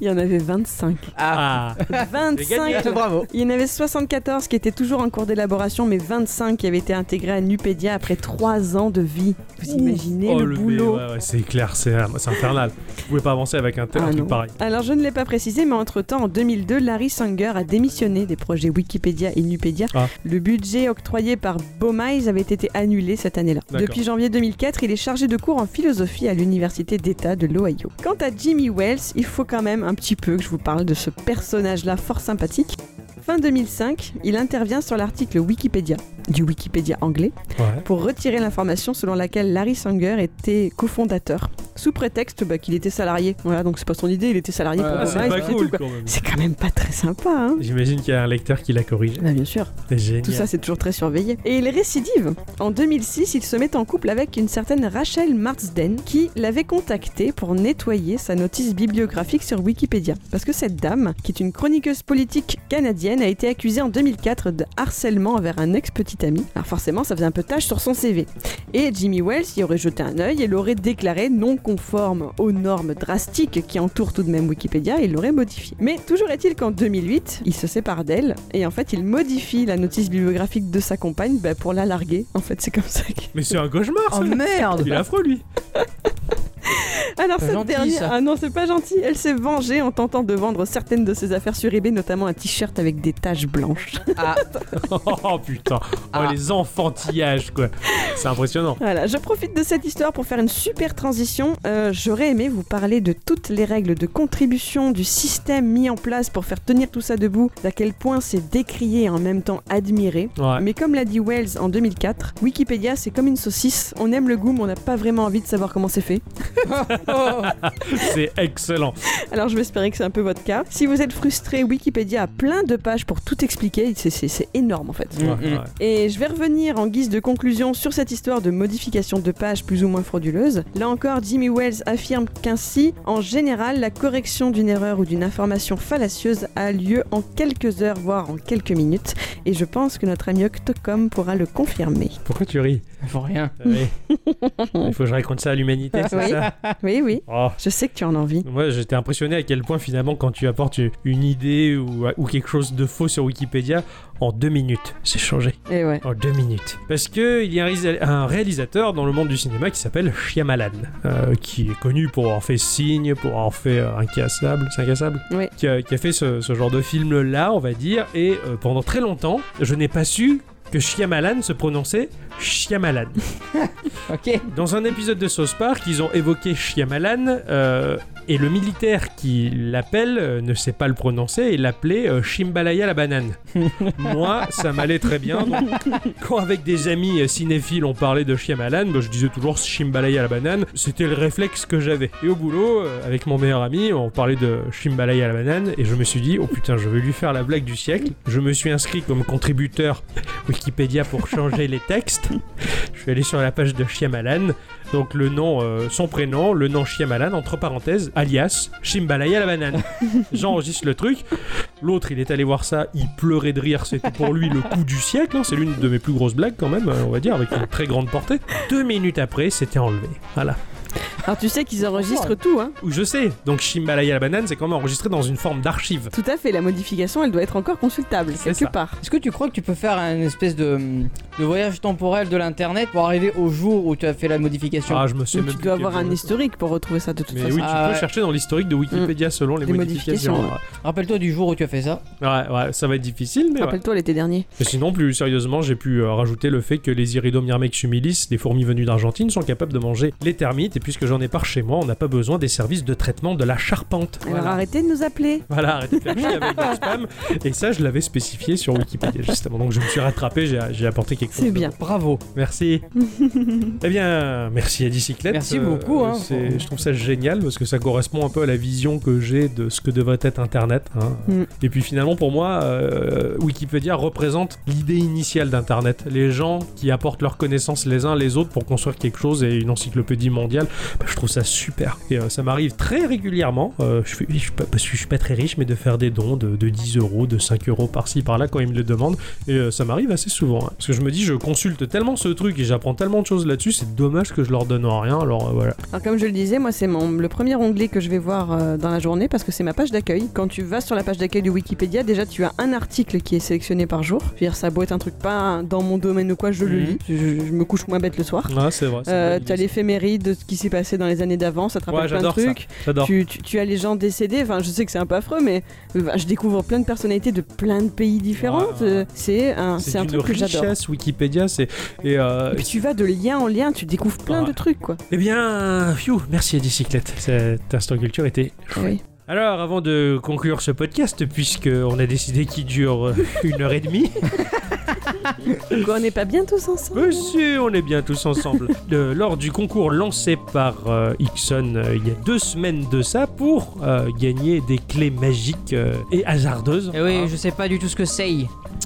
S1: Il y en avait
S2: *laughs*
S1: 25.
S2: Ah.
S1: 25
S2: *laughs*
S3: Bravo.
S1: Il y en avait 74 qui étaient toujours en cours d'élaboration, mais 25 qui avaient été intégrés à Nupedia après 3 ans de vie. Vous imaginez
S2: Oh,
S1: le,
S2: le B,
S1: boulot
S2: ouais, ouais, c'est clair, c'est c'est infernal. Vous pouvez pas avancer avec un tel
S1: Ah
S2: un
S1: non.
S2: truc pareil.
S1: Alors je ne l'ai pas précisé, mais entre-temps, en 2002, Larry Sanger a démissionné des projets Wikipédia et Nupedia.
S2: Ah.
S1: Le budget octroyé par Beaumise avait été annulé cette année-là.
S2: D'accord.
S1: Depuis janvier 2004, il est chargé de cours en philosophie à l'Université d'État de l'Ohio. Quant à Jimmy Wells, il faut quand même un petit peu que je vous parle de ce personnage-là fort sympathique. Fin 2005, il intervient sur l'article Wikipédia, du Wikipédia anglais,
S2: Ouais.
S1: pour retirer l'information selon laquelle Larry Sanger était cofondateur, sous prétexte bah, qu'il était salarié. Voilà, donc c'est pas son idée, il était salarié pour
S2: Ah,
S3: Ah,
S1: Beaumise,
S2: c'est pas
S1: et c'est
S2: cool
S1: tout, quoi.
S2: quand même.
S1: C'est quand même pas très sympa, hein
S2: J'imagine qu'il y a un lecteur qui l'a corrigé.
S1: Bah bien sûr,
S2: C'est génial.
S1: tout ça c'est toujours très surveillé. Et il récidive. En 2006, il se met en couple avec une certaine Rachel Marsden qui l'avait contacté pour nettoyer sa notice bibliographique sur Wikipédia. Parce que cette dame, qui est une chroniqueuse politique canadienne, a été accusée en 2004 de harcèlement envers un ex-petit ami. Alors forcément, ça faisait un peu tâche sur son CV. Et Jimmy Wells y aurait jeté un œil et l'aurait déclaré non conforme aux normes drastiques qui entourent tout de même Wikipédia et l'aurait modifié. Mais toujours est-il qu'en 2008, il se sépare d'elle et en fait il modifie la notice bibliographique de sa compagne bah, pour la larguer. En fait, c'est comme ça que. *laughs*
S2: Mais c'est un cauchemar,
S3: Oh
S2: ça. Il est
S3: merde. *laughs*
S2: affreux, lui.
S1: Alors
S3: Pas
S1: cette
S3: gentil,
S1: dernière.
S3: ça.
S1: Ah non, c'est pas gentil. Elle s'est vengée en tentant de vendre certaines de ses affaires sur eBay, notamment un t-shirt avec des taches blanches.
S3: Ah,
S2: Oh putain. Oh,
S3: Ah.
S2: les enfantillages, quoi. C'est impressionnant.
S1: Voilà, je profite de cette histoire pour faire une super transition. Euh, J'aurais aimé vous parler de toutes les règles de contribution, du système mis en place pour faire tenir tout ça debout, d'à quel point c'est décrié et en même temps admiré.
S2: Ouais.
S1: Mais comme l'a dit Wells en 2004, Wikipédia c'est comme une saucisse, on aime le goût mais on n'a pas vraiment envie de savoir comment c'est fait. *laughs*
S3: Oh.
S2: C'est excellent.
S1: Alors je vais espérer que c'est un peu votre cas. Si vous êtes frustré, Wikipédia a plein de pages pour tout expliquer, C'est- c'est c'est énorme en fait.
S2: Ouais,
S3: Mm, mm.
S2: ouais.
S1: Et je vais revenir en guise de conclusion sur cette histoire de modification de page plus ou moins frauduleuse. Là encore, Jimmy Wells affirme qu'ainsi, en général, la correction d'une erreur ou d'une information fallacieuse a lieu en quelques heures, voire en quelques minutes. Et je pense que notre ami Octocom pourra le confirmer.
S2: Pourquoi tu ris
S3: pour rien.
S1: *laughs*
S2: Ouais. Il faut que je raconte ça à l'humanité, c'est
S1: Oui.
S2: ça
S1: Oui, oui.
S2: Oh.
S1: Je sais que tu en as envie.
S2: Moi, j'étais impressionné à quel point, finalement, quand tu apportes une idée ou, ou quelque chose de faux sur Wikipédia, en deux minutes, c'est changé.
S1: Et Eh ouais.
S2: En deux minutes. Parce que il y a un réalisa- un réalisateur dans le monde du cinéma qui s'appelle Shyamalan, euh, qui est connu pour avoir fait Signe, pour avoir fait euh, Incassable, c'est Incassable
S1: Oui.
S2: qui, a, qui a fait ce, ce genre de film-là, on va dire, et euh, pendant très longtemps, je n'ai pas su que Shyamalan se prononçait Shyamalan.
S1: *laughs*
S3: Ok.
S2: Dans un épisode de Sauce Park, ils ont évoqué Shyamalan euh, et le militaire qui l'appelle euh, ne sait pas le prononcer et l'appelait euh, Shimbalaya
S1: *laughs*
S2: la banane. Moi, ça m'allait très bien. donc, quand avec des amis euh, cinéphiles on parlait de Shyamalan, bah, je disais toujours Shimbalaya la banane. C'était le réflexe que j'avais. Et au boulot, euh, avec mon meilleur ami, on parlait de Shimbalaya la banane et je me suis dit, oh putain, je vais lui faire la blague du siècle. Je me suis inscrit comme contributeur *laughs* Wikipédia pour changer les textes. Je suis allé sur la page de Shyamalan. Donc le nom, euh, son prénom, le nom Shyamalan, entre parenthèses, alias Shimbalaya la banane. J'enregistre le truc. L'autre, il est allé voir ça, il pleurait de rire, c'était pour lui le coup du siècle. hein. C'est l'une de mes plus grosses blagues quand même, euh, on va dire, avec une très grande portée. Deux minutes après, c'était enlevé. Voilà.
S1: Alors tu sais qu'ils enregistrent tout, hein.
S2: Ou je sais, donc Shimbalaya la banane, c'est quand même enregistré dans une forme d'archive.
S1: Tout à fait, la modification, elle doit être encore consultable,
S2: C'est
S1: quelque
S2: ça.
S1: part.
S3: Est-ce que tu crois que tu peux faire un espèce de, de voyage temporel de l'internet pour arriver au jour où tu as fait la modification
S2: Ah, je me sais
S1: Donc,
S2: même
S1: tu
S2: plus
S1: dois
S2: quel
S1: avoir un
S2: jour.
S1: historique pour retrouver ça de toute
S2: Mais
S1: façon.
S2: oui, tu
S3: Ah,
S2: peux
S3: ouais.
S2: chercher dans l'historique de Wikipédia selon les
S1: Des
S2: modifications.
S1: Mm. modifications, Ah,
S3: Rappelle-toi du jour où tu as fait ça.
S2: Ouais, ouais, ça va être difficile, mais ouais.
S1: Rappelle-toi l'été dernier.
S2: Mais sinon, plus sérieusement, j'ai pu euh, rajouter le fait que les iridomyrmex humilis, des fourmis venues d'Argentine, sont capables de manger les termites, et puisque j'en ai par chez moi, on n'a pas besoin des services de traitement de la charpente.
S1: Alors arrêtez de nous appeler.
S2: *laughs* Voilà, arrêtez de faire chier avec le spam. Et ça, je l'avais spécifié sur Wikipédia, justement. Donc je me suis rattrapé, j'ai j'ai apporté quelque chose.
S1: C'est
S2: de
S1: bien.
S3: Bravo. *laughs*
S2: Merci. eh bien, merci à Dicyclette. Euh,
S3: Merci beaucoup, hein.
S2: c'est- Je trouve ça génial parce que ça correspond un peu à la vision que j'ai de ce que devrait être Internet. hein.
S1: Mm.
S2: Et puis finalement, pour moi, euh, Wikipédia représente l'idée initiale d'Internet. Les gens qui apportent leurs connaissances les uns les autres pour construire quelque chose et une encyclopédie mondiale, bah, je trouve ça super. Et euh, ça m'arrive très régulièrement. euh, je, fais- je suis pas, parce que je suis pas très riche, mais de faire des dons de, de 10 euros, de 5 euros par-ci par-là quand ils me le demandent. Et euh, ça m'arrive assez souvent. hein. Parce que je me dis, je consulte tellement ce truc et j'apprends tellement de choses là-dessus, c'est dommage que je leur donne en rien. Alors euh, voilà.
S1: Alors comme je le disais, moi c'est mon le premier onglet que je vais voir euh, dans la journée parce que c'est ma page d'accueil. Quand tu vas sur la page d'accueil du Wikipédia, déjà tu as un article qui est sélectionné par jour. Je veux dire, ça a beau être un truc pas dans mon domaine ou quoi, je le
S3: Mhm.
S1: lis. Je, je- je me couche moins bête le soir.
S2: Ah, c'est vrai. c'est une
S1: Euh,
S2: bonne
S1: tu as
S2: idée,
S1: l'éphéméride de ce qui s'est passé dans les années d'avant, ça te
S2: ça.
S1: rappelle
S2: Ouais,
S1: plein de
S2: j'adore ça.
S1: trucs.
S2: J'adore.
S1: Tu, tu- tu as les gens décédés, enfin je sais que c'est un peu affreux, mais euh, bah, je découvre plein de personnalités de plein de pays différents. Euh,
S2: Ouais, ouais, ouais.
S1: C'est un, hein, c'est
S2: C'est
S1: un
S2: une
S1: truc que j'adore.
S2: richesse Wikipédia, c'est et euh,
S1: Et puis tu vas de lien en lien, tu découvres plein
S2: Ouais.
S1: de trucs quoi.
S2: eh bien, phew, merci à Dicyclette. Cette instant culture était
S1: Oui.
S2: Alors, avant de conclure ce podcast, puisque on a décidé qu'il dure euh, une heure et demie,
S1: Quoi, on n'est pas bien tous ensemble
S2: monsieur, on est bien tous ensemble. Euh, lors du concours lancé par euh, Ixon euh, il y a deux semaines de ça pour euh, gagner des clés magiques euh, et hasardeuses,
S3: Eh oui,
S2: hein,
S3: je sais pas du tout ce que c'est.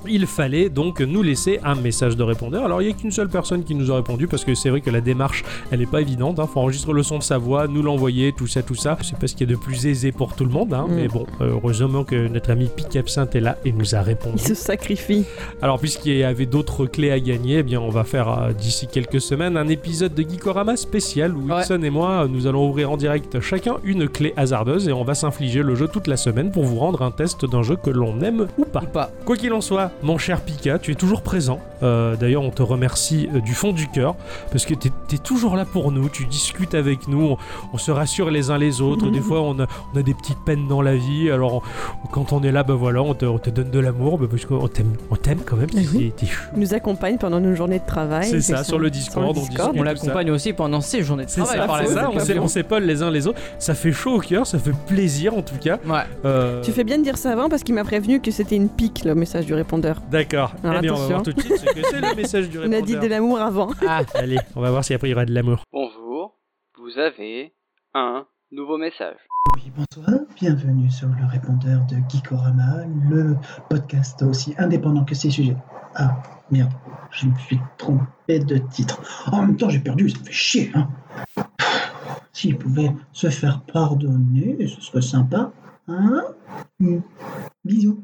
S2: il fallait donc nous laisser un message de répondeur. Alors, il n'y a qu'une seule personne qui nous a répondu parce que c'est vrai que la démarche, elle n'est pas évidente. Il faut enregistrer le son de sa voix, nous l'envoyer, tout ça, tout ça. Je sais pas ce qu'il y a de plus aisé pour tout le monde, hein,
S1: Mm.
S2: mais bon, euh, heureusement que notre ami Pic Absinthe est là et nous a répondu.
S1: Il se sacrifie.
S2: Alors, puisqu'il y avait d'autres clés à gagner, eh bien, on va faire euh, d'ici quelques semaines un épisode de Geekorama spécial où
S3: Ouais.
S2: Wilson et moi, euh, nous allons ouvrir en direct chacun une clé hasardeuse et on va s'infliger le jeu toute la semaine pour vous rendre un test d'un jeu que l'on aime ou pas.
S3: Ou pas.
S2: Quoi qu'il en soit, mon cher Pika, tu es toujours présent. Euh, D'ailleurs, on te remercie euh, du fond du cœur parce que t'es es toujours là pour nous. Tu discutes avec nous, on, on se rassure les uns les autres.
S1: Mhm.
S2: Des fois, on a, on a des petites peines dans la vie. Alors, on- quand on est là, bah voilà, on te, on te donne de l'amour bah, parce qu'on t'aime, on t'aime quand même.
S1: Mais oui.
S2: T'es- t'es chou.
S1: Il nous accompagne pendant nos journées de travail.
S2: C'est ça, sur le Discord,
S1: Sur le
S2: on
S1: Discord.
S2: discute.
S3: On
S2: tout
S3: l'accompagne aussi pendant ces journées de
S2: C'est
S3: travail.
S2: ça,
S3: par la
S2: c'est
S3: suite.
S2: ça, on s'é- on s'épaule les uns les autres. Ça fait chaud au cœur, ça fait plaisir en tout cas.
S3: Ouais.
S2: Euh,
S1: Tu fais bien de dire ça avant parce qu'il m'a prévenu que c'était une pique le message du répondeur.
S2: D'accord.
S1: Alors,
S2: Eh bien, on va
S1: attention.
S2: voir tout de suite ce que c'est le message
S1: *laughs*
S2: du
S1: On a
S2: répondeur.
S1: dit de l'amour avant.
S2: Allez, on va voir si après il y aura de l'amour.
S7: Bonjour, vous avez un nouveau message.
S8: Oui, bonsoir, bienvenue sur le répondeur de Geekorama, le podcast aussi indépendant que ses sujets. Ah, merde, je me suis trompé de titre. En même temps, j'ai perdu, ça me fait chier, hein. Pff, S'ils pouvaient se faire pardonner, ce serait sympa, hein Mm. Bisous.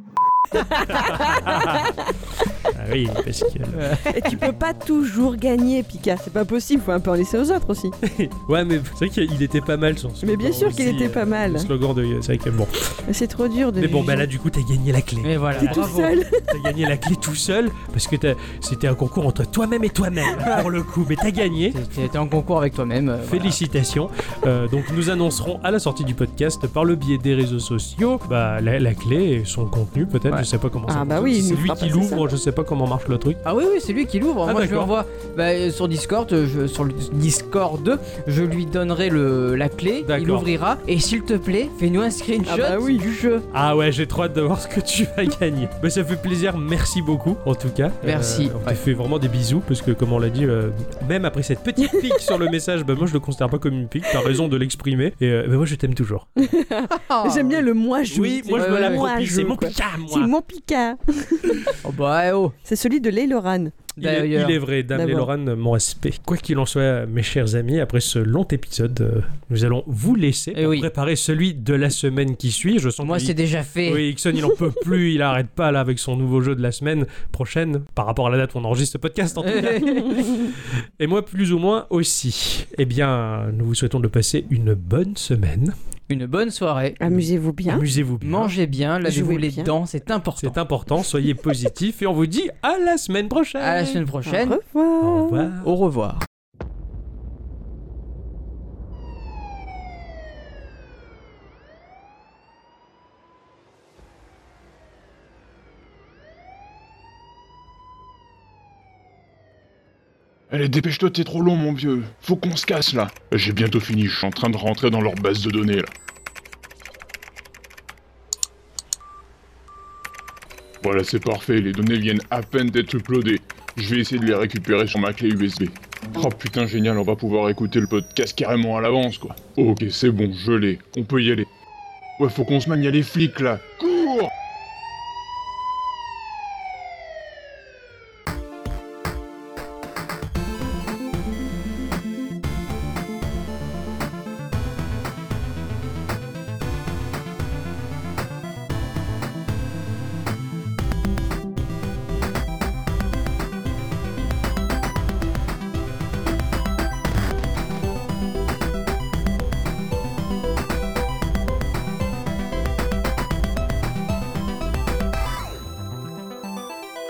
S2: Ah oui, parce que.
S1: Et tu peux pas toujours gagner, Pika. C'est pas possible, faut un peu en laisser aux autres aussi.
S2: *laughs* Ouais, mais c'est vrai qu'il était pas mal son slogan.
S1: Mais bien sûr qu'il
S2: aussi,
S1: était
S2: euh,
S1: pas mal.
S2: Le slogan de. C'est vrai que bon.
S1: Mais C'est trop dur de.
S2: Mais bon, bah là, du coup, t'as gagné la clé.
S3: Mais voilà.
S1: T'es tout
S3: bravo.
S1: seul.
S2: T'as gagné la clé tout seul parce que t'as- c'était un concours entre toi-même et toi-même pour le coup. Mais t'as gagné.
S3: T'es- T'es t'es en concours avec toi-même. euh, voilà.
S2: Félicitations. Euh, donc nous annoncerons à la sortie du podcast par le biais des réseaux sociaux bah, la, la clé et son contenu peut-être.
S3: Ouais.
S2: Je sais pas comment
S1: Ah,
S2: ça
S1: bah
S2: fonctionne.
S1: oui, il
S2: Si c'est
S1: nous
S2: lui
S1: fera
S2: qui
S1: passer ça.
S2: l'ouvre, je sais pas comment marche le truc.
S3: Ah oui, oui, c'est lui qui l'ouvre.
S2: Ah,
S3: Moi, je lui
S2: d'accord.
S3: envoie bah, euh, sur Discord, euh, je- sur le Discord, je lui donnerai le, la clé,
S2: D'accord.
S3: il l'ouvrira. Et s'il te plaît, fais-nous un screenshot
S1: Ah bah oui.
S3: du jeu.
S2: Ah ouais, j'ai trop hâte de voir ce que tu vas gagner. Mais ça fait plaisir, merci beaucoup en tout cas.
S3: Merci.
S2: Euh, on te
S3: Ouais.
S2: fait vraiment des bisous parce que comme on l'a dit, euh, même après cette petite pique sur le message, bah moi je le considère pas comme une pique, t'as raison de l'exprimer. Et euh, bah, moi je t'aime toujours.
S1: J'aime bien le moi je.
S2: oui, moi je
S3: ouais,
S2: me
S3: ouais,
S2: la
S3: ouais.
S2: propie, c'est mon
S1: quoi.
S2: picard moi.
S1: C'est mon Picard.
S3: Oh bah eh oh.
S1: C'est celui de Leiloran.
S2: Il est,
S3: D'ailleurs.
S2: il est vrai, Dame et
S1: D'abord.
S2: Lorane, mon respect. Quoi qu'il en soit, mes chers amis, après ce long épisode, euh, nous allons vous laisser
S3: Eh
S2: pour
S3: oui.
S2: préparer celui de la semaine qui suit. Je sens
S3: Moi,
S2: que
S3: c'est déjà fait.
S2: Oui, Ixon, il en peut plus, il arrête pas là avec son nouveau jeu de la semaine prochaine, par rapport à la date où on enregistre ce podcast en tout
S3: *laughs*
S2: cas. Et moi, plus ou moins aussi. Eh bien, nous vous souhaitons de passer une bonne semaine.
S3: Une bonne soirée.
S2: Ah
S1: Amusez-vous bien.
S2: Amusez-vous bien.
S3: Mangez bien, lavez-vous
S1: Jouez
S3: les
S1: bien.
S3: dents, c'est important.
S2: C'est important, soyez positifs et on vous dit à la semaine prochaine.
S3: À la semaine
S1: Au
S3: prochaine.
S1: revoir.
S2: Au revoir.
S3: Au revoir.
S9: Allez, Eh, dépêche-toi, t'es trop long, mon vieux. Faut qu'on se casse, là. Eh, J'ai bientôt fini, je suis en train de rentrer dans leur base de données, là. Voilà, c'est parfait, les données viennent à peine d'être uploadées. Je vais essayer de les récupérer sur ma clé USB. Oh putain, génial, on va pouvoir écouter le podcast carrément à l'avance, quoi. Ok, c'est bon, je l'ai. On peut y aller. Ouais, faut qu'on se manie, il y a les flics, là. Cours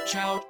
S6: Ciao,